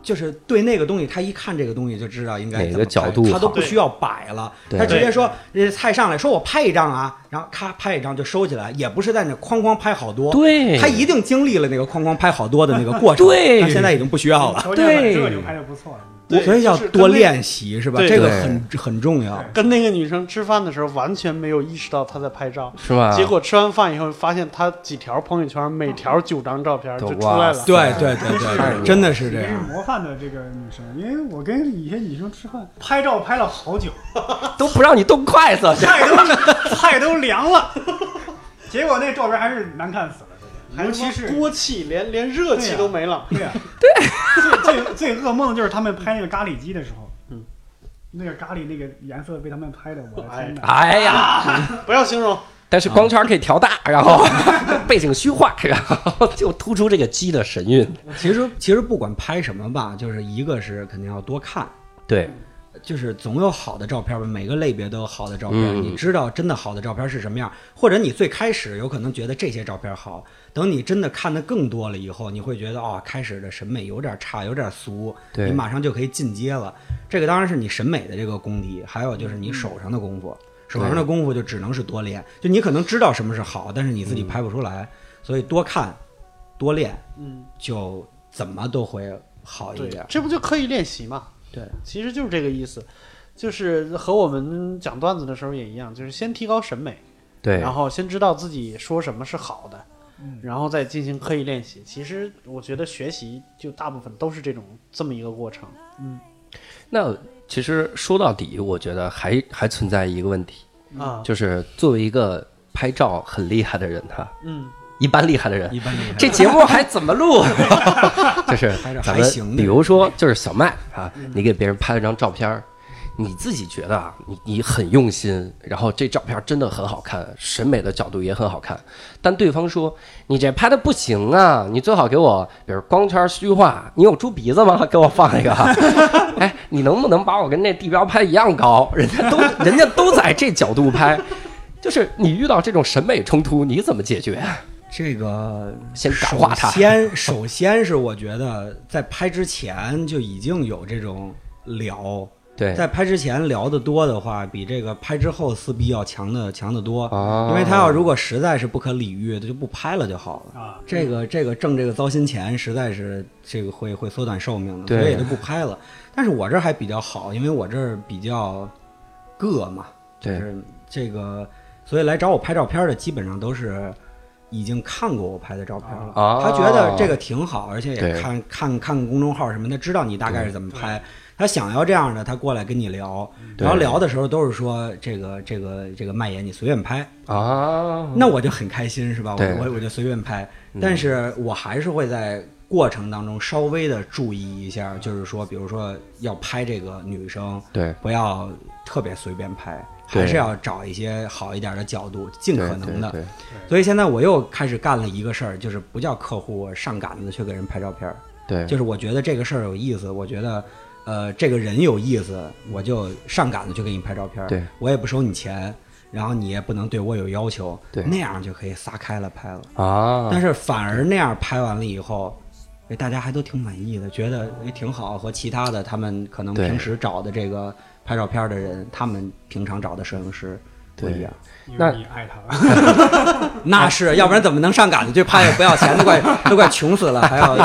S4: 就是对那个东西，他一看这个东西就知道应该
S1: 哪个
S4: 怎么拍
S1: 角度
S4: 他都不
S2: 好
S4: 需要摆了，
S1: 对
S4: 他直接说这菜上来说我拍一张啊，然后咔拍一张就收起来，也不是在那哐哐拍好多，
S1: 对
S4: 他一定经历了那个哐哐拍好多的那个过程，
S1: 对
S4: 他现在已经不需要了。
S3: 条件反射就拍的不错。
S2: 对
S4: 所以要
S2: 就是
S4: 多
S2: 跟那
S4: 练习是吧？
S2: 对
S4: 这个
S1: 对
S4: 很很重要。
S2: 跟那个女生吃饭的时候，完全没有意识到她在拍照。
S1: 是吧？
S2: 结果吃完饭以后，发现她几条朋友圈，每条九张照片就
S1: 都
S2: 出来
S1: 哇
S2: 了。
S4: 对对对对
S1: 太多
S4: 对，真的是这
S3: 也是
S4: 样。
S3: 模范的这个女生，因为我跟以前女生吃饭，拍照拍了好久，
S1: 都不让你动筷子，
S3: 菜 都菜都凉了，结果那照片还是难看死了，
S2: 还
S3: 尤其
S2: 是
S3: 是
S2: 锅气，连连热气都没了。
S3: 对 呀、最最最噩梦的就是他们拍那个咖喱鸡的时候，
S2: 嗯，
S3: 那个咖喱那个颜色被他们拍的，我的天哪！
S1: 哎呀！
S2: 不要形容，
S1: 但是光圈可以调大，然后 背景虚化，然后就突出这个鸡的神韵。
S4: 其实其实不管拍什么吧，就是一个是肯定要多看，
S1: 对，
S4: 就是总有好的照片吧，每个类别都有好的照片。
S1: 嗯
S4: 你知道真的好的照片是什么样，或者你最开始有可能觉得这些照片好，等你真的看的更多了以后，你会觉得哦，开始的审美有点差，有点俗，
S1: 对
S4: 你马上就可以进阶了。这个当然是你审美的这个功底，还有就是
S2: 嗯
S4: 你手上的功夫，手上的功夫就只能是多练。就你可能知道什么是好，但是你
S1: 嗯
S4: 自己拍不出来，所以多看多练
S2: 嗯，
S4: 就怎么都会好一
S2: 对
S4: 点，。
S2: 哎这不就刻意练习嘛？
S4: 对，
S2: 其实就是这个意思，就是和我们讲段子的时候也一样，就是先提高审美，
S1: 对
S2: 然后先知道自己说什么是好的，
S3: 嗯
S2: 然后再进行刻意练习。其实我觉得学习就大部分都是这种这么一个过程。
S1: 那其实说到底，我觉得还还存在一个问题，
S2: 啊，
S1: 就是作为一个拍照很厉害的人哈，
S2: 嗯，
S1: 一般厉害的人，
S4: 一般厉害
S1: 这节目还怎么录？ 就是
S4: 拍照
S1: 咱
S4: 还行
S1: 们
S4: 的
S1: 比如说就是小麦啊，你给别人拍了张照片儿。你自己觉得啊，你你很用心，然后这照片真的很好看，审美的角度也很好看，但对方说你这拍的不行啊，你最好给我，比如光圈虚化，你有猪鼻子吗？ 给我放一个。哎，你能不能把我跟那地标拍一样高？人家都人家都在这角度拍， 就是你遇到这种审美冲突，你怎么解决？啊
S4: 这个
S1: 先感化他
S4: 首先，首先是我觉得在拍之前就已经有这种聊，
S1: 对，
S4: 在拍之前聊得多的话，比这个拍之后撕逼要强的强得多。
S1: 哦
S4: 因为他要如果实在是不可理喻，他就不拍了就好
S1: 嗯
S4: 了。
S3: 啊，
S4: 这个这个挣这个糟心钱，实在是这个会会缩短寿命的，
S1: 对
S4: 所以也就不拍了。但是我这儿还比较好，因为我这儿比较个嘛，就
S1: 对
S4: 是这个，所以来找我拍照片的基本上都是已经看过我拍的照片了，
S1: 哦
S4: 他觉得这个挺好，而且
S1: 对
S4: 也看看看公众号什么的，知道你大概是怎么拍。他想要这样的，他过来跟你聊，
S1: 嗯对
S4: 然后聊的时候都是说这个这个这个麦爷你随便拍，
S1: 啊，
S4: 那我就很开心，是吧？我
S1: 对嗯
S4: 我我就随便拍，但是我还是会在过程当中稍微的注意一下，就是说，比如说要拍这个女生，
S1: 对
S4: 不要特别随便拍，
S1: 对
S4: 还是要找一些好一点的角度，尽可能的。
S1: 对对
S4: 所以现在我又开始干了一个事儿，就是不叫客户上杆子去给人拍照片儿，
S1: 对，
S4: 就是我觉得这个事儿有意思，我觉得。呃，这个人有意思，我就上杆子去给你拍照片儿
S1: 对
S4: 我也不收你钱，然后你也不能对我有要求，
S1: 对
S4: 那样就可以撒开了拍了。
S1: 啊，
S4: 但是反而那样拍完了以后，哎，大家还都挺满意的，觉得哎挺好，和其他的他们可能
S1: 对
S4: 平时找的这个拍照片的人，他们平常找的摄影师不一样。
S3: 因
S1: 那
S3: 为你爱他 了，
S4: 那是，要不然怎么能上杆子去拍？也不要钱，都快都快穷死了，还要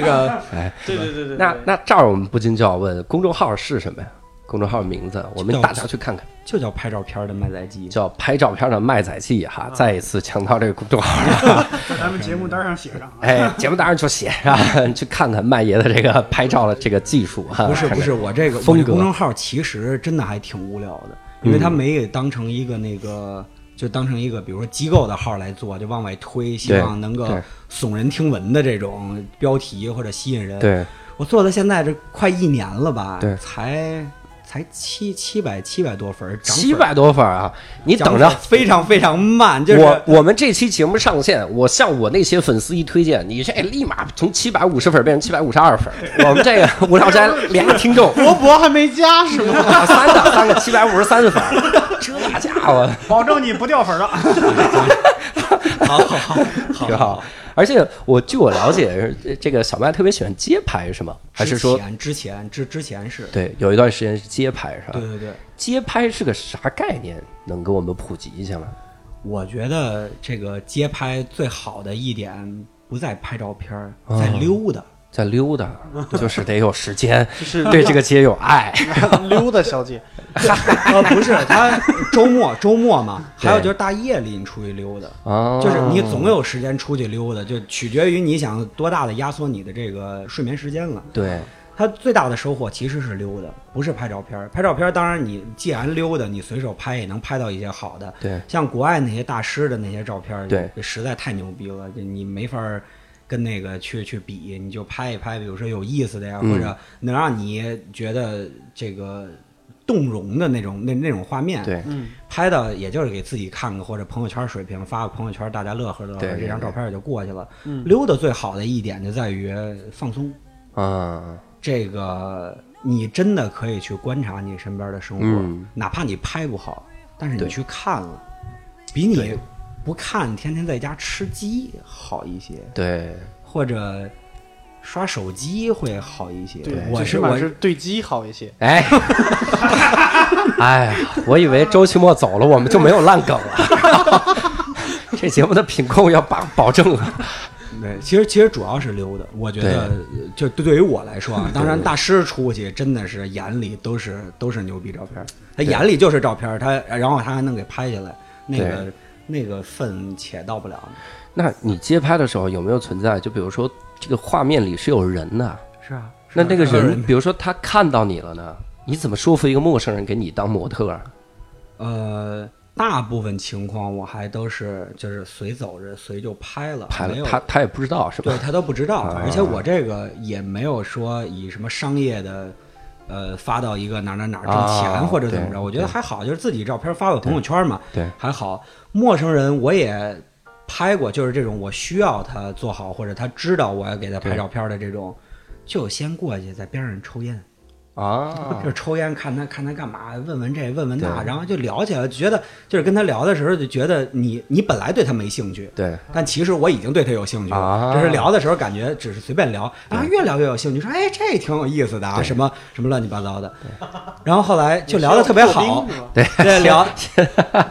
S4: 个
S2: 对对对对。
S1: 那
S2: 对
S1: 那这儿我们不禁就要问，公众号是什么呀？公众号名字，我们大家去看看，
S4: 就叫拍照片的卖仔鸡。
S1: 叫“拍照片的卖仔记”
S4: 啊
S1: 哈，再一次强调这个公众号了。
S3: 咱们节目单上写上啊，
S1: 哎，节目当然就写上，你 去看看麦爷的这个拍照的这个技术哈。
S4: 不是
S1: 看
S4: 不
S1: 看
S4: 是，，我这个
S1: 呃风
S4: 我这
S1: 格嗯
S4: 公众号其实真的还挺无聊的，因为他没给当成一个那个，就当成一个比如说机构的号来做，就往外推，希
S1: 对
S4: 望能够
S1: 对
S4: 耸人听闻的这种标题或者吸引人。，
S1: 对
S4: 我做到现在这快一年了吧，
S1: 对
S4: 才才七七百七百多分儿，涨粉
S1: 七百多粉儿啊，你
S4: 涨
S1: 等
S4: 粉
S1: 着
S4: 儿。非常非常慢，就是
S1: 我我们这期节目上线，我向我那些粉丝一推荐，你这哎立马从七百五十粉变成七百五十二粉。我们这个无聊斋 俩听众，
S2: 博博还没加是吗？
S1: 三个三个七百五十三粉，这家伙
S3: 保证你不 掉粉儿的。
S4: 好好好好
S1: 挺好。而且我据我了解，这这个小麦特别喜欢街拍是吗？ 还是说
S4: 之前之前之之前是
S1: 对有一段时间是街拍是吧
S4: 对？对对。
S1: 街拍是个啥概念？能给我们普及一下吗？
S4: 我觉得这个街拍最好的一点不在拍照片儿，
S1: 嗯
S4: 在溜达。
S1: 在溜达，就是得有时间，
S2: 就是
S1: 对这个街有爱。
S2: 溜达小姐，
S4: 呃，不是，他周末周末 嘛，
S1: 对
S4: 还有就是大夜里你出去溜达，
S1: 啊，
S4: 就是你总有时间出去溜达，就取决于你想多大的压缩你的这个睡眠时间了。
S1: 对，
S4: 他最大的收获其实是溜达，不是拍照片儿。拍照片儿当然你既然溜达，你随手拍也能拍到一些好的。
S1: 对，
S4: 像国外那些大师的那些照片儿，
S1: 对，
S4: 实在太牛逼了，就你没法儿跟那个去去比，你就拍一拍，比如说有意思的呀，
S1: 嗯
S4: 或者能让你觉得这个动容的那种那那种画面，
S1: 对，
S4: 拍的也就是给自己看看或者朋友圈水平发个朋友圈，大家乐呵乐呵，
S1: 对对
S4: 这张
S1: 对
S4: 照片也就过去了。
S2: 嗯
S4: 溜达最好的一点就在于放松。
S1: 啊，
S4: 这个你真的可以去观察你身边的生活，
S1: 嗯
S4: 哪怕你拍不好，但是你
S1: 对
S4: 去看了，比你
S1: 对
S4: 不看天天在家吃鸡好一些，
S1: 对，
S4: 或者刷手机会好一些。
S2: 对，
S4: 我
S2: 最起
S4: 是
S2: 码
S4: 我
S2: 是对机好一些。
S1: 哎，哎呀，我以为周奇墨走了，我们就没有烂梗了。 这节目的品控要把保证啊。
S4: 对，其实其实主要是溜达，我觉得就对对于我 来说啊，当然大师出去真的是眼里都是都是牛逼照片儿，他眼里就是照片儿，他然后他还能给拍下来，那个那个份且到不了，
S1: 那你街拍的时候有没有存在？就比如说这个画面里是有人的，
S4: 是啊，
S1: 那那个
S4: 是有
S1: 人，
S4: 人
S1: 比如说他看到你了呢，你怎么说服一个陌生人给你当模特儿？
S4: 呃，大部分情况我还都是就是随走着随就拍了，
S1: 拍
S4: 没
S1: 了
S4: 有
S1: 他他也不知道是吧
S4: 对？他都不知道，
S1: 啊
S4: 而且我这个也没有说以什么商业的。呃，发到一个哪儿哪儿哪儿挣
S1: 啊
S4: 钱或者怎么
S1: 对
S4: 着，我觉得
S1: 对
S4: 还好，就是自己照片发到朋友圈嘛，
S1: 对，
S4: 还好。陌生人我也拍过，就是这种我需要他做好，或者他知道我要给他拍
S1: 对
S4: 照片的这种，就先过去在边上抽烟，
S1: 啊
S4: 就，是抽烟看他看他干嘛，问问这问问那，
S1: 对
S4: 然后就聊起来，觉得就是跟他聊的时候就觉得你你本来对他没兴趣，
S1: 对
S4: 但其实我已经对他有兴趣了
S1: 啊，
S4: 只是聊的时候感觉只是随便聊，然后越聊越有兴趣，说哎这挺有意思的啊，什么什么乱七八糟的，然后后来就聊得特别好，
S1: 对
S4: 对聊，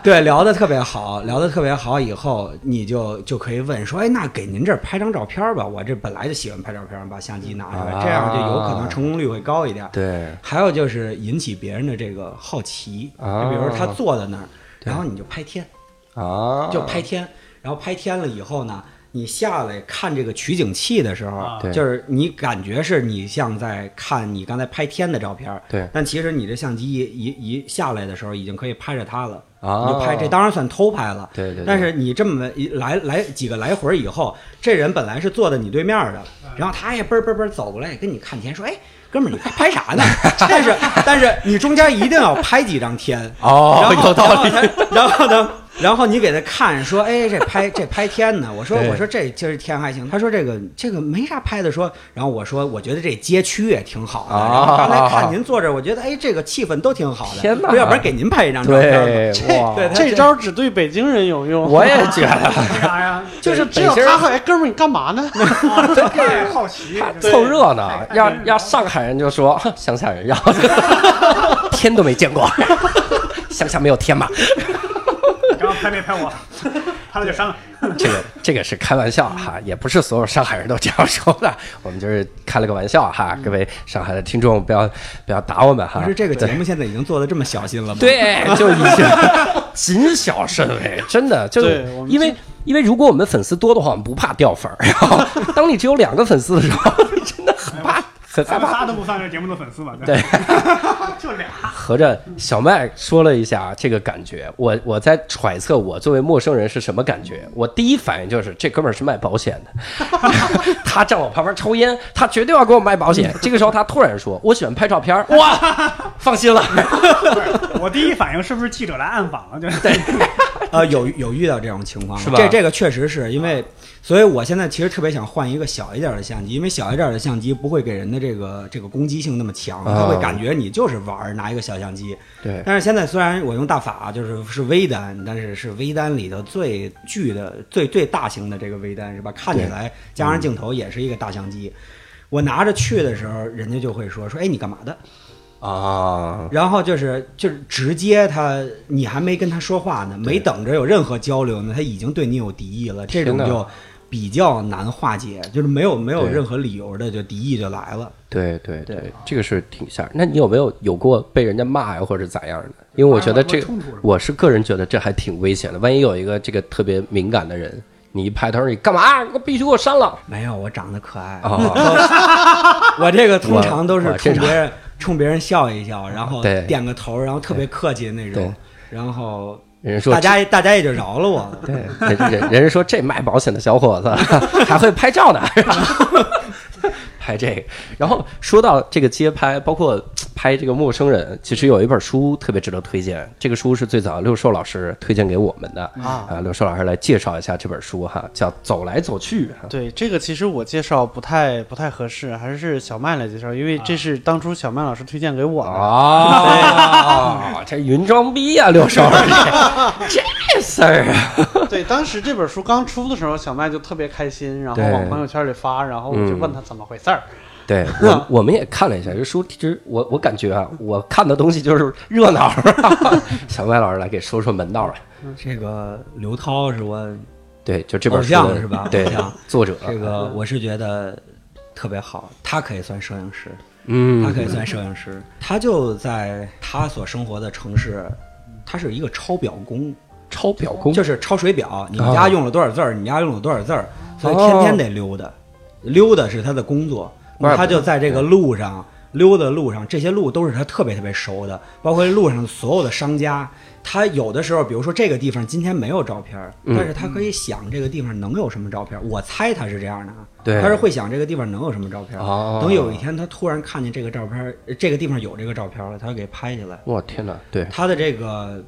S4: 对聊得特别好，聊得特别好以后，你就就可以问说，哎，那给您这儿拍张照片吧，我这本来就喜欢拍照片，把相机拿出来，
S1: 啊
S4: 这样就有可能成功率会高一点。
S1: 对
S4: 还有就是引起别人的这个好奇，
S1: 啊
S4: 就比如他坐在那儿，然后你就拍天，
S1: 啊，
S4: 就拍天，然后拍天了以后呢，你下来看这个取景器的时候，
S3: 啊
S1: 对
S4: 就是你感觉是你像在看你刚才拍天的照片儿，
S1: 对
S4: 但其实你这相机一一一下来的时候，已经可以拍着它了。
S1: 啊，
S4: 你就拍这当然算偷拍了，
S1: 对对对
S4: 但是你这么一来来几个来回以后，这人本来是坐在你对面的，然后他也嘣儿嘣儿嘣儿走过来跟你看天，说：“哎，哥们儿，你拍啥呢？” 但是但是你中间一定要拍几张天，
S1: 哦
S4: 然，后
S1: 有道理，
S4: 然后他然后呢， 然后你给他看说，哎，这拍这拍天呢？我说
S1: 对
S4: 我说这今儿天还行。他说这个这个没啥拍的，说。然后我说我觉得这街区也挺好的。
S1: 啊
S4: 然后刚才看您坐这儿，我觉得哎这个气氛都挺好的。
S1: 天哪
S4: 哪！要不然给您拍一张照片吧。
S1: 对哇
S4: 对，他
S2: 这招只对北京人有用。
S1: 我也觉得
S3: 为啥哎呀？
S2: 就是只有
S1: 北京人
S2: 他哎，哥们儿，你干嘛呢？
S3: 啊太好奇， 真
S1: 凑热闹
S3: 太，太
S1: 要
S3: 热闹
S1: 要上海人就说哼乡下 人，然后天都没见过，乡下没有天嘛。
S3: 的刚刚拍没拍我？拍了就删了。
S1: 这个这个是开玩笑哈，也不是所有上海人都这样说的，我们就是开了个玩笑哈。各位上海的听众不要不要打我们哈
S4: 不。是这个节目现在已经做的这么小心了吗？，
S1: 对，就已经谨小慎微，真的就是
S2: 对我们
S1: 因为因为如果我们粉丝多的话，我们不怕掉粉儿。然后当你只有两个粉丝的时候，你真的很怕很害
S3: 咱们
S1: 怕。
S3: 仨都不算这节目的粉丝吧？
S1: 对，
S3: 就俩。
S1: 合着小麦说了一下这个感觉，我我在揣测我作为陌生人是什么感觉。我第一反应就是这哥们儿是卖保险的， 他站我旁边抽烟，他绝对要给我卖保险。这个时候他突然说我喜欢拍照片儿，哇，放心了。
S3: 我第一反应是不是记者来暗访了？就是
S4: 呃，有有遇到这种情况
S1: 是吧
S4: 这这个确实是因为，所以我现在其实特别想换一个小一点的相机，因为小一点的相机不会给人的这个这个攻击性那么强，
S1: 啊
S4: 他会感觉你就是玩儿，拿一个小相机。
S1: 对
S4: 但是现在虽然我用大法啊就是是微单，但是是微单里头最巨的、最最大型的这个微单是吧？看起来加
S1: 嗯
S4: 上镜头也是一个大相机。我拿着去的时候，人家就会说说，哎，你干嘛的？
S1: 啊，
S4: 然后就是就是直接他，你还没跟他说话呢，没等着有任何交流呢，他已经对你有敌意了，这
S1: 天
S4: 种
S1: 哪
S4: 就比较难化解，就是没有没有
S1: 对
S4: 任何理由的就敌意就来了。
S1: 对对
S4: 对
S1: 对，这个是挺吓人。那你有没有有过被人家骂呀，或者咋样的？因为我觉得这
S3: 啊当然了我冲突了
S1: 我是个人觉得这还挺危险的。万一有一个这个特别敏感的人，你一拍他说你干嘛？你必须给我删了
S4: 没有，我长得可爱。
S1: 啊！
S4: 我这个通常都是
S1: 我
S4: 冲
S1: 这种
S4: 别人 冲别人笑一笑，然后
S1: 对
S4: 点个头，然后特别客气那种
S1: 对，
S4: 然后
S1: 人家说
S4: 大家大家也就饶了我 了。
S1: 对，人人人家说这卖保险的小伙子还会拍照呢， 拍这个。然后说到这个街拍，包括拍这个陌生人，其实有一本书特别值得推荐。这个书是最早六寿老师推荐给我们的
S2: 啊
S1: 六寿老师来介绍一下这本书哈，叫《走来走去》哈。
S2: 对这个，其实我介绍不太不太合适，还是小麦来介绍，因为这是当初小麦老师推荐给我的。
S1: 啊哦，这云装逼呀、六寿，这这事儿啊，
S2: 对，当时这本书刚出的时候，小麦就特别开心，然后
S1: 对
S2: 往朋友圈里发，然后我就问他怎么回事儿。
S1: 对我我们也看了一下这书，其实我我感觉啊，我看的东西就是热闹。 小麦老师来给说说门道吧。
S4: 这个刘涛是我
S1: 对，就这本
S4: 偶
S1: 书的
S4: 像是吧
S1: 对
S4: 偶像，
S1: 作者
S4: 这个我是觉得特别好，他可以算摄影师，
S1: 嗯，
S4: 他可以算摄影师，他就在他所生活的城市，他是一个抄表工，
S1: 超表工
S4: 就是抄水表，你
S1: 哦
S4: 们家用了多少字儿，你们家用了多少字儿，所以天天得溜达，溜达是他的工作，
S1: 怪不得
S4: 他就在这个路上溜达路上，这些路都是他特别特别熟的，包括路上所有的商家。他有的时候，比如说这个地方今天没有照片儿，
S1: 嗯
S4: 但是他可以想这个地方能有什么照片儿。我猜他是这样的啊，
S1: 对
S4: 他是会想这个地方能有什么照片儿。
S1: 哦
S4: 等有一天他突然看见这个照片儿，呃这个地方有这个照片儿了，他给拍下来。
S1: 我天哪，对，
S4: 他的这个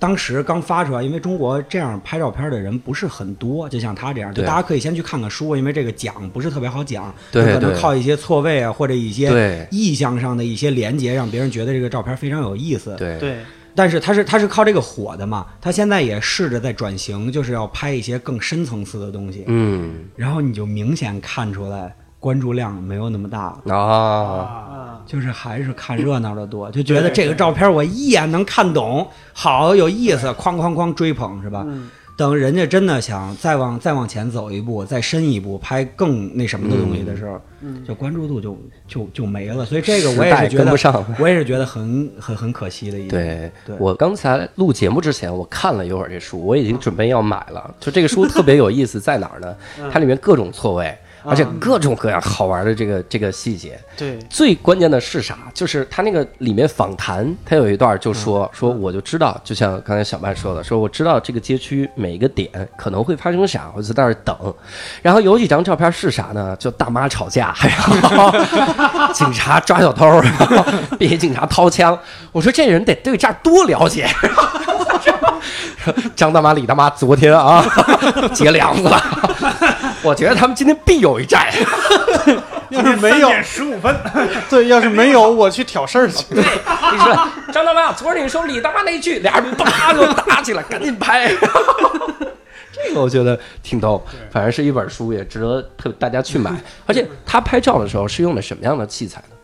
S4: 当时刚发出来，因为中国这样拍照片的人不是很多，就像他这样，就
S1: 对
S4: 大家可以先去看看书，因为这个奖不是特别好讲，
S1: 对
S4: 可能
S1: 对
S4: 靠一些错位啊或者
S1: 对
S4: 一些意象上的一些连接，让别人觉得这个照片非常有意思。
S1: 对
S2: 对，
S4: 但是他是他是靠这个火的嘛，他现在也试着在转型，就是要拍一些更深层次的东西，
S1: 嗯
S4: 然后你就明显看出来关注量没有那么大了。
S1: 啊，
S3: 啊，
S4: 就是还是看热闹的多，就觉得这个照片我一眼能看懂，好有意思，哐哐哐追捧是吧？
S2: 嗯
S4: 等人家真的想再往再往前走一步，再深一步，拍更那什么的东西的时候，就关注度就就就没了。所以这个我
S1: 嗯时
S4: 也
S1: 代
S4: 是觉
S1: 跟不
S4: 得，
S1: 上
S4: 我也是觉得很很很可惜的一点。
S1: 对
S4: 对
S1: 我刚才录节目之前，我看了一会儿这书，我已
S4: 嗯
S1: 经准备要买了。就这个书特别有意思，在哪儿呢？
S4: 嗯
S1: 它里面各种错位，而且各种各样好玩的这个这个细节。
S2: 对，
S1: 最关键的是啥？就是他那个里面访谈，他有一段就说、说，我就知道，就像刚才小曼说的，说我知道这个街区每一个点可能会发生啥，我就在那儿等。然后有几张照片是啥呢？就大妈吵架，然后 警察抓小偷，然后被警察掏枪。我说这人得对这儿多了解。张大妈、李大妈昨天啊 结梁子了，我觉得他们今天必有一战。
S2: 要是没有，
S3: 点十 五分，
S1: 哎
S2: 对，要是没有，我去挑事儿去。
S1: 你说张大妈，昨儿你说李大妈那句，俩人叭就打起来，赶紧拍。 这个我觉得挺逗，反正是一本书，也值得特大家去买。而且他拍照的时候是用的什么样的器材呢？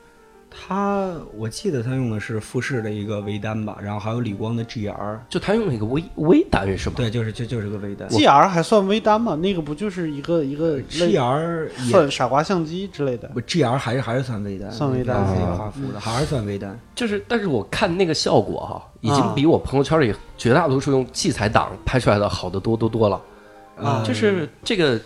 S4: 他我记得他用的是富士的一个微单吧，然后还有理光的 GR，
S1: 就他用了一个微微单位是吗？
S4: 对，就是就就是个微单
S2: G R 还算微单吗？那个不就是一个一个类
S4: ，GR 也
S2: 算傻瓜相机之类的？
S4: 不 GR 还是还是算微单，
S2: 算微单
S1: 啊
S4: 自己画幅的，还是算微单。
S1: 就是，但是我看那个效果哈、已经
S2: 啊
S1: 比我朋友圈里绝大多数用器材党拍出来的好的多多多了。
S2: 啊
S1: 就是这个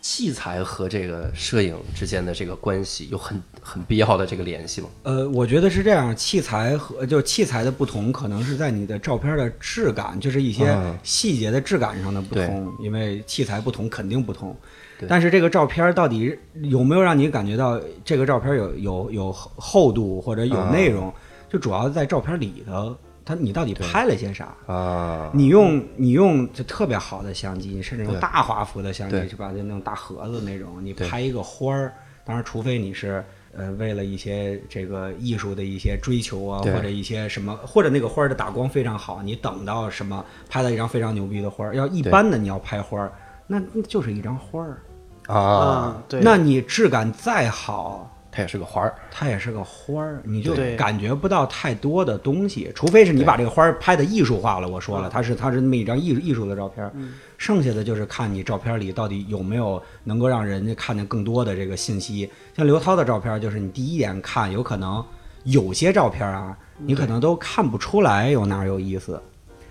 S1: 器材和这个摄影之间的这个关系有很很必要的这个联系吗？
S4: 呃，我觉得是这样，器材和就器材的不同，可能是在你的照片的质感，就是一些
S1: 嗯
S4: 细节的质感上的不同，因为器材不同肯定不同
S1: 对。
S4: 但是这个照片到底有没有让你感觉到这个照片有有有厚度或者有
S1: 嗯
S4: 内容，就主要在照片里头，它你到底拍了些啥？
S1: 啊，
S4: 你用你用就特别好的相机，甚至用
S1: 对
S4: 大画幅的相
S1: 对
S4: 机是吧？就那种大盒子那种，你
S1: 对
S4: 拍一个花儿，当然除非你是呃为了一些这个艺术的一些追求啊，
S1: 对
S4: 或者一些什么，或者那个花儿的打光非常好，你等到什么拍到一张非常牛逼的花儿。要一
S1: 对
S4: 般的你要拍花儿，那那就是一张花儿，
S1: 啊，
S2: 啊，对，
S4: 那你质感再好。
S1: 它也是个花儿。
S4: 它也是个花儿，你就
S2: 对
S4: 感觉不到太多的东西，除非是你把这个花儿拍的艺术化了。我
S2: 嗯
S4: 说了，它是它是那么一张艺艺术的照片儿，剩下的就是看你照片里到底有没有能够让人家看见更多的这个信息。像刘涛的照片儿，就是你第一眼看，有可能有些照片儿啊，你
S2: 嗯
S4: 可能都看不出来有哪儿有意思，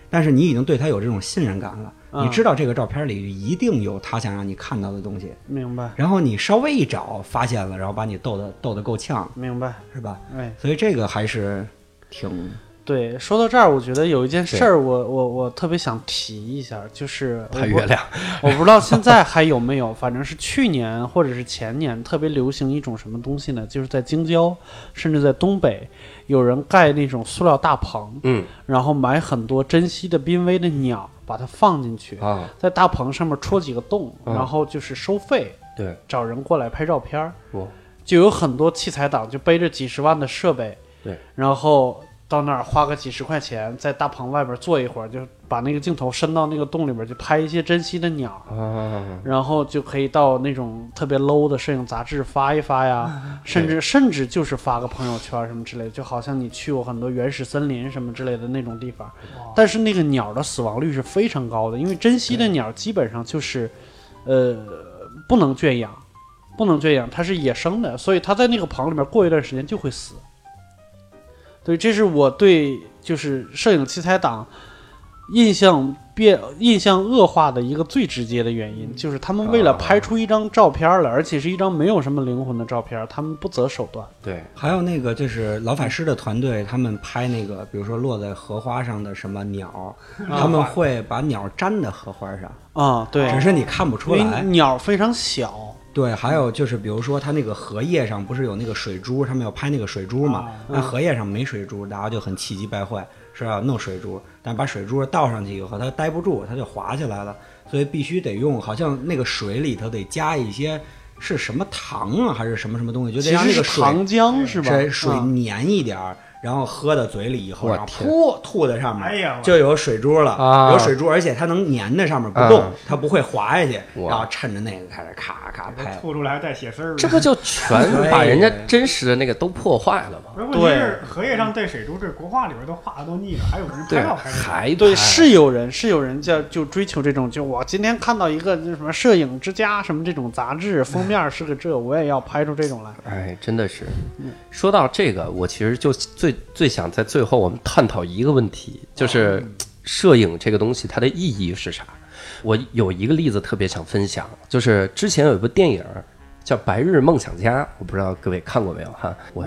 S4: 但是你已经对他有这种信任感了，
S2: 嗯
S4: 你知道这个照片里一定有他想让你看到的东西，
S2: 明白
S4: 然后你稍微一找发现了，然后把你逗得逗得够呛，
S2: 明白，
S4: 是吧？
S2: 哎。
S4: 所以这个还是挺
S2: 对，说到这儿，我觉得有一件事儿，我我我特别想提一下， 就是我
S1: 看
S2: 不
S1: 月亮，
S2: 我不知道现在还有没有，反正是去年或者是前年特别流行一种什么东西呢？就是在京郊，甚至在东北，有人盖那种塑料大棚，
S1: 嗯
S2: 然后买很多珍稀的濒危的鸟，把它放进去，
S1: 啊，
S2: 在大棚上面戳几个洞，
S1: 嗯
S2: 然后就是收费，
S1: 对，
S2: 找人过来拍照片儿。
S1: 我
S2: 就有很多器材党就背着几十万的设备，
S1: 对，
S2: 然后到那儿花个几十块钱，在大棚外边坐一会儿，就把那个镜头伸到那个洞里边去拍一些珍稀的鸟，
S1: 啊，
S2: 然后就可以到那种特别 low 的摄影杂志发一发呀，甚至甚至就是发个朋友圈什么之类的，就好像你去过很多原始森林什么之类的那种地方，但是那个鸟的死亡率是非常高的，因为珍稀的鸟基本上就是，呃，不能圈养，不能圈养，它是野生的，所以它在那个棚里面过一段时间就会死。对，这是我对就是摄影器材党印象变印象恶化的一个最直接的原因，就是他们为了拍出一张照片来，而且是一张没有什么灵魂的照片，他们不择手段。
S1: 对，
S4: 还有那个就是老法师的团队，他们拍那个，比如说落在荷花上的什么鸟，他们会把鸟粘在荷花上，
S2: 啊、对，
S4: 只是你看不出
S2: 因为
S4: 来。
S2: 鸟非常小，
S4: 对，还有就是比如说它那个荷叶上不是有那个水珠，他们要拍那个水珠
S2: 啊
S4: 嘛？
S2: 嗯
S4: 那荷叶上没水珠，大家就很气急败坏，说要弄水珠，但把水珠倒上去以后，它待不住，它就滑起来了，所以必须得用，好像那个水里头得加一些是什么糖啊，还是什么什么东西，就得
S2: 其
S4: 让
S2: 实
S4: 那个
S2: 是
S4: 水
S2: 糖浆是吧？
S4: 这水
S2: 啊
S4: 粘一点儿，然后喝到嘴里以后，
S1: 我
S4: 然后
S1: 天
S4: 噗吐在上面，
S3: 哎呀我
S4: 就有水珠了，
S1: 啊
S4: 有水珠，而且它能粘在上面不动，
S1: 啊
S4: 它不会滑下去，
S1: 哇
S4: 然后趁着那个开始咔咔拍。
S3: 吐出来还带血丝儿。
S1: 这不就 全把人家真实的那个都破坏了吗？
S3: 不是问题是荷叶上带水珠，这国画里边都画的都腻了，还有人
S1: 对，
S3: 拍照拍的。
S1: 还
S2: 对，
S1: 拍
S2: 是有人是有人叫就追求这种，就我今天看到一个那什么《摄影之家》什么这种杂志封面是个这，我也要拍出这种来。
S1: 哎，真的是。说到这个，我其实就最最想在最后我们探讨一个问题，就是摄影这个东西它的意义是啥？我有一个例子特别想分享，就是之前有一部电影叫《白日梦想家》，我不知道各位看过没有哈？我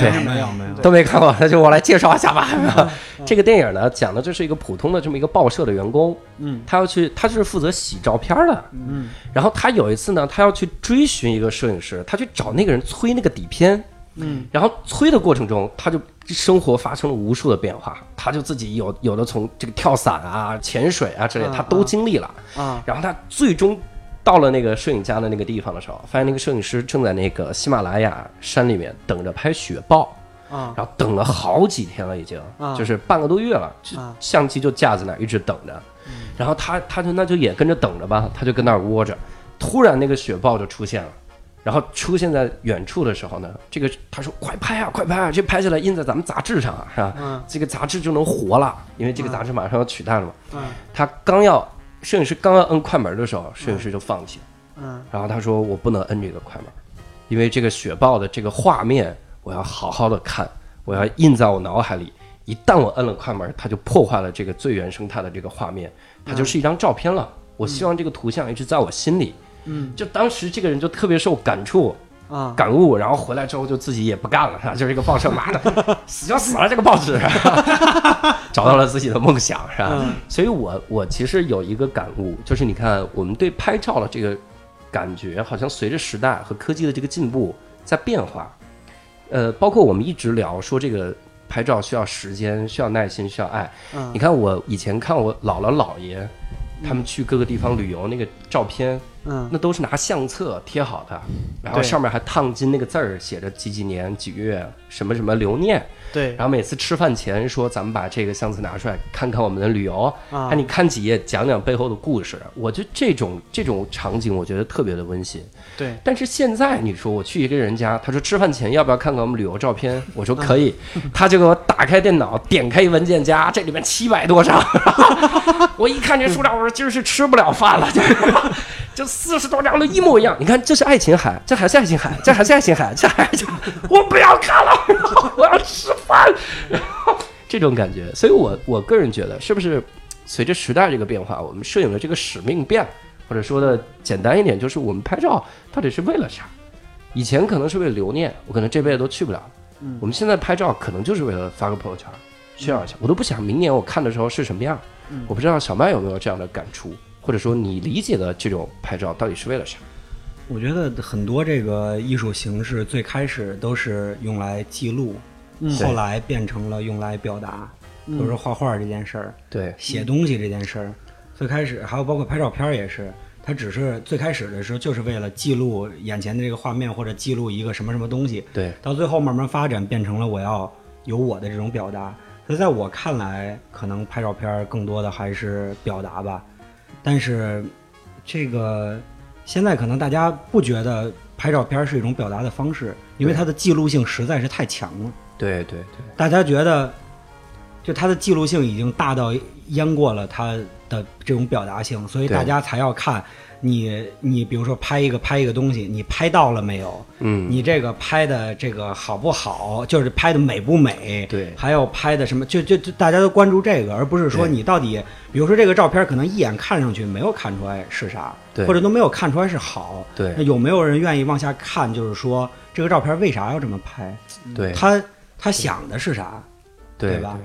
S1: 对
S4: 没有没有，
S1: 都没看过，那就我来介绍一下吧。
S2: 嗯
S1: 这个电影呢，讲的就是一个普通的这么一个报社的员工，
S2: 嗯，
S1: 他要去，他就是负责洗照片的，嗯。然后他有一次呢，他要去追寻一个摄影师，他去找那个人催那个底片，
S2: 嗯，
S1: 然后催的过程中，他就生活发生了无数的变化，他就自己有有的从这个跳伞啊、潜水啊之类，
S2: 嗯
S1: 他都经历了。
S2: 啊，
S1: 然后他最终到了那个摄影家的那个地方的时候，发现那个摄影师正在那个喜马拉雅山里面等着拍雪豹。
S2: 啊
S1: 然后等了好几天了，已经、
S2: 啊
S1: 就是半个多月了，就
S2: 啊
S1: 相机就架在那儿一直等着。
S2: 嗯
S1: 然后他他就那就也跟着等着吧，他就跟那儿窝着。突然那个雪豹就出现了，然后出现在远处的时候呢，这个他说快拍啊快拍啊，这拍下来印在咱们杂志上啊，是吧？
S2: 嗯
S1: 这个杂志就能活了，因为这个杂志马上要取代了嘛。
S2: 嗯
S1: 他刚要摄影师刚要摁快门的时候，摄影师就放弃了。
S2: 嗯
S1: 然后他说我不能摁这个快门，因为这个雪豹的这个画面我要好好的看，我要印在我脑海里。一旦我摁了快门，它就破坏了这个最原生态的这个画面，它就是一张照片了。我希望这个图像一直在我心里。
S2: 嗯，
S1: 就当时这个人就特别受感触，
S2: 啊，
S1: 感悟，然后回来之后就自己也不干了， 是吧？就是一个报社，妈的， 死就死了这个报纸， 找到了自己的梦想，是吧？
S2: 嗯
S1: 所以我我其实有一个感悟，就是你看我们对拍照的这个感觉，好像随着时代和科技的这个进步在变化。呃，包括我们一直聊说这个拍照需要时间，需要耐心，需要爱。
S2: 嗯
S1: 你看我以前看我姥姥姥爷他们去各个地方旅游那个照片，
S2: 嗯
S1: 那都是拿相册贴好的，然后
S2: 对
S1: 上面还烫金那个字儿，写着几几年几月什么什么留念。
S2: 对
S1: 然后每次吃饭前说，咱们把这个相册拿出来看看我们的旅游，
S2: 啊
S1: 哎，你看几页，讲讲背后的故事。我就这种这种场景，我觉得特别的温馨。
S2: 对
S1: 但是现在你说我去一个人家，他说吃饭前要不要看看我们旅游照片？我说可以，他就给我打开电脑，点开一文件夹，这里面七百多张， 我一看这数量，我说今儿是吃不了饭了，就是就四十多张都一模一样。你看，这是爱琴海，这还是爱琴海，这还是爱琴海，这还是我不要看了， 然后我要吃饭，然后 这种感觉。所以我我个人觉得，是不是随着时代这个变化，我们摄影的这个使命变了，或者说的简单一点，就是我们拍照到底是为了啥？以前可能是为了留念，我可能这辈子都去不了。
S2: 嗯
S1: 我们现在拍照可能就是为了发个朋友圈，炫耀一下。我都不想明年我看的时候是什么样，
S2: 嗯
S1: 我不知道小麦有没有这样的感触，或者说你理解的这种拍照到底是为了啥？
S4: 我觉得很多这个艺术形式最开始都是用来记录，
S2: 嗯
S4: 后来变成了用来表达，比如说画画这件事儿、
S1: 对，
S4: 写东西这件事儿，最开始还有包括拍照片儿也是，它只是最开始的时候就是为了记录眼前的这个画面或者记录一个什么什么东西，
S1: 对，
S4: 到最后慢慢发展变成了我要有我的这种表达。所以在我看来，可能拍照片儿更多的还是表达吧。但是这个现在可能大家不觉得拍照片儿是一种表达的方式，因为它的记录性实在是太强了。
S1: 对，对，对，
S4: 大家觉得，就它的记录性已经大到淹过了它的这种表达性，所以
S1: 对
S4: 大家才要看你你比如说拍一个拍一个东西，你拍到了没有？
S1: 嗯，
S4: 你这个拍的这个好不好，就是拍的美不美，
S1: 对
S4: 还有拍的什么，就就就大家都关注这个，而不是说
S1: 对
S4: 你到底，比如说这个照片可能一眼看上去没有看出来是啥，
S1: 对
S4: 或者都没有看出来是好，
S1: 对
S4: 那有没有人愿意往下看？就是说这个照片为啥要这么拍？
S1: 对，
S4: 他他想的是啥，
S1: 对
S4: 对吧？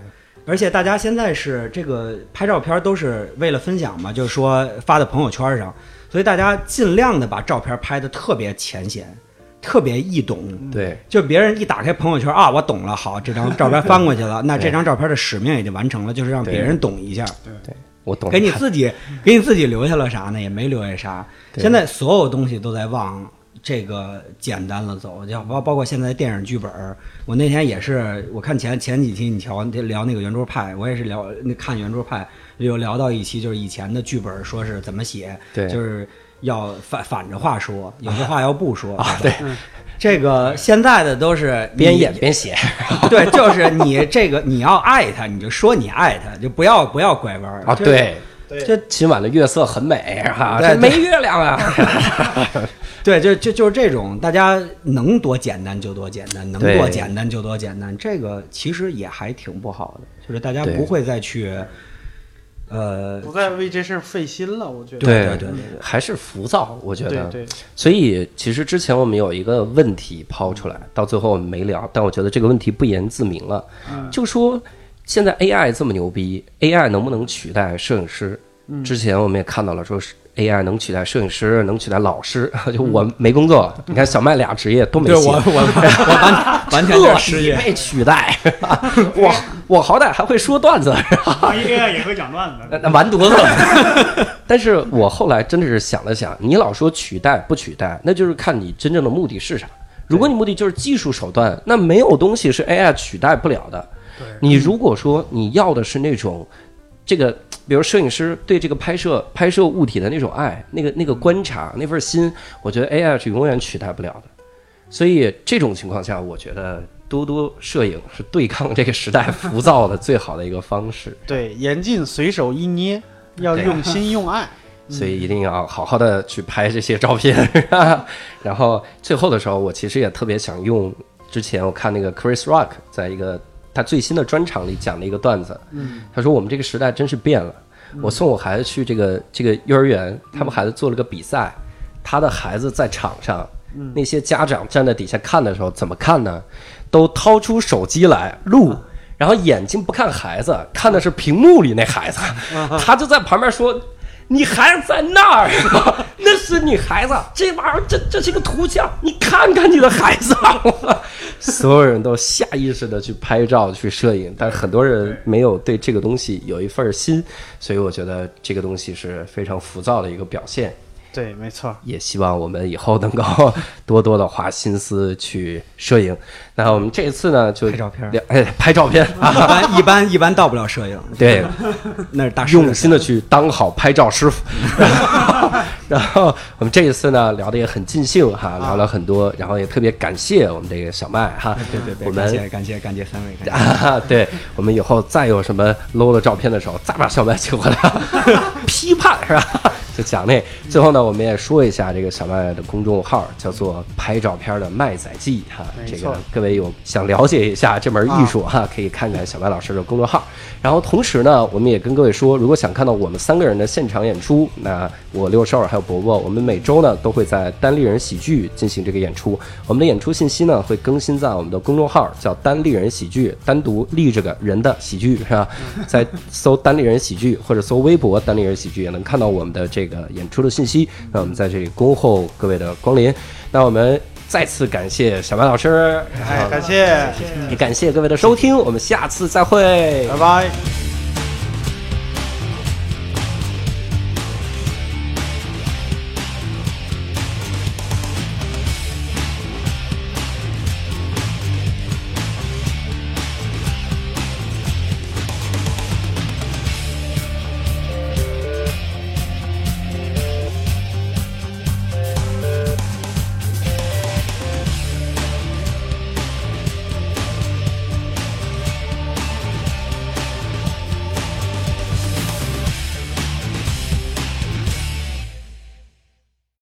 S4: 而且大家现在是这个拍照片都是为了分享嘛，就是说发到朋友圈上，所以大家尽量的把照片拍的特别浅显，特别易懂。
S1: 对，
S4: 就别人一打开朋友圈啊，我懂了，好，这张照片翻过去了，那这张照片的使命已经完成了，就是让别人懂一下，
S1: 我懂。
S4: 给你自己给你自己留下了啥呢？也没留下啥。
S1: 对
S4: 现在所有东西都在往这个简单了走，就包包括现在电影剧本儿。我那天也是，我看前前几期你瞧聊那个圆桌派，我也是聊那看圆桌派，有聊到一期就是以前的剧本儿说是怎么写，
S1: 对
S4: 就是要反反着话说，有些话要 不说
S1: 啊，对，
S4: 这个现在的都是你
S1: 边演边写，
S4: 对，就是你这个你要爱他，你就说你爱他，就不要不要拐弯儿
S1: 啊，。对，
S3: 对
S1: 这今晚的月色很美哈，
S4: 对
S1: 啊这没
S4: 对
S1: 月亮啊，
S4: 对，就就就是这种，大家能多简单就多简单，能
S1: 对
S4: 多简单就多简单。这个其实也还挺不好的，就是大家
S1: 对
S4: 不会再去，呃，
S2: 不再为这事儿费心了，我觉得
S4: 对
S1: 对
S4: 对
S1: 还是浮躁，我觉得
S2: 对。对
S1: 所以其实之前我们有一个问题抛出来，到最后我们没聊，但我觉得这个问题不言自明了，
S4: 嗯
S1: 就说现在 AI 这么牛逼，AI 能不能取代摄影师？
S4: 嗯
S1: 之前我们也看到了，说是 AI 能取代摄影师，能取代老师， 就我没工作，你看小麦俩职业都没
S4: 嗯对
S1: 戏，
S4: 我我 我完完
S1: 彻
S4: 全就
S1: 底
S4: 是失业。
S1: 被取代。 我我好歹还会说段子，
S3: 万一 AI 也会讲段
S1: 那
S3: 子，
S1: 那完犊子了。但是我后来真的是想了想，你老说取代不取代，那就是看你真正的目的是啥。如果你目的就是技术手段，那没有东西是 AI 取代不了的。你如果说你要的是那种这个，比如摄影师对这个拍摄拍摄物体的那种爱，那个那个观察那份心，我觉得 AI 是永远取代不了的。所以这种情况下，我觉得多多摄影是对抗这个时代 浮躁的最好的一个方式。
S2: 对，严禁随手一捏，要
S1: 对啊
S2: 用心用爱。
S1: 所以一定要好好的去拍这些照片。 然后最后的时候，我其实也特别想用之前我看那个 Chris Rock 在一个他最新的专场里讲的一个段子，他说我们这个时代真是变了。我送我孩子去这个这个幼儿园，他们孩子做了个比赛，他的孩子在场上，那些家长站在底下看的时候怎么看呢？都掏出手机来录。然后眼睛不看孩子，看的是屏幕里那孩子，他就在旁边说：“你孩子在那儿， 那是你孩子，这玩意儿这这是个图像，你看看你的孩子。”所有人都下意识的去拍照、去摄影，但是很多人没有对这个东西有一份儿心，所以我觉得这个东西是非常浮躁的一个表现。
S2: 对，没错。
S1: 也希望我们以后能够多多的花心思去摄影。那我们这次呢，就
S4: 拍照片儿
S1: 聊，哎，拍照片啊，
S4: 一般 一般一般到不了摄影，
S1: 对，
S4: 那是大师
S1: 用
S4: 的事
S1: 心的去当好拍照师 傅。然后我们这一次呢，聊的也很尽兴哈，聊了很多，然后也特别感谢我们这个小麦哈，
S4: 对对对，
S1: 我
S4: 感
S1: 们
S4: 谢感谢感谢三位，感谢
S1: 啊，对，我们以后再有什么 low 的照片的时候，再把小麦请回来， 批判是吧？ 就讲那。最后呢，我们也说一下这个小麦的公众号，叫做“拍照片的麦仔记”哈。
S2: 没
S1: 这
S2: 错啊
S1: 个各位有想了解一下这门艺术哈，可以看看小麦老师的公众号。然后同时呢，我们也跟各位说，如果想看到我们三个人的现场演出，那我六少还有伯伯，我们每周呢都会在单立人喜剧进行这个演出。我们的演出信息呢会更新在我们的公众号，叫单立人喜剧，单独立这个人的喜剧是吧？在搜单立人喜剧或者搜微博单立人喜剧，也能看到我们的这个演出的信息。那我们在这里恭候各位的光临。那我们。再次感谢小白老师，
S2: 哎，感谢，
S1: 也感谢各位的收听，我们下次再会。
S2: 拜拜。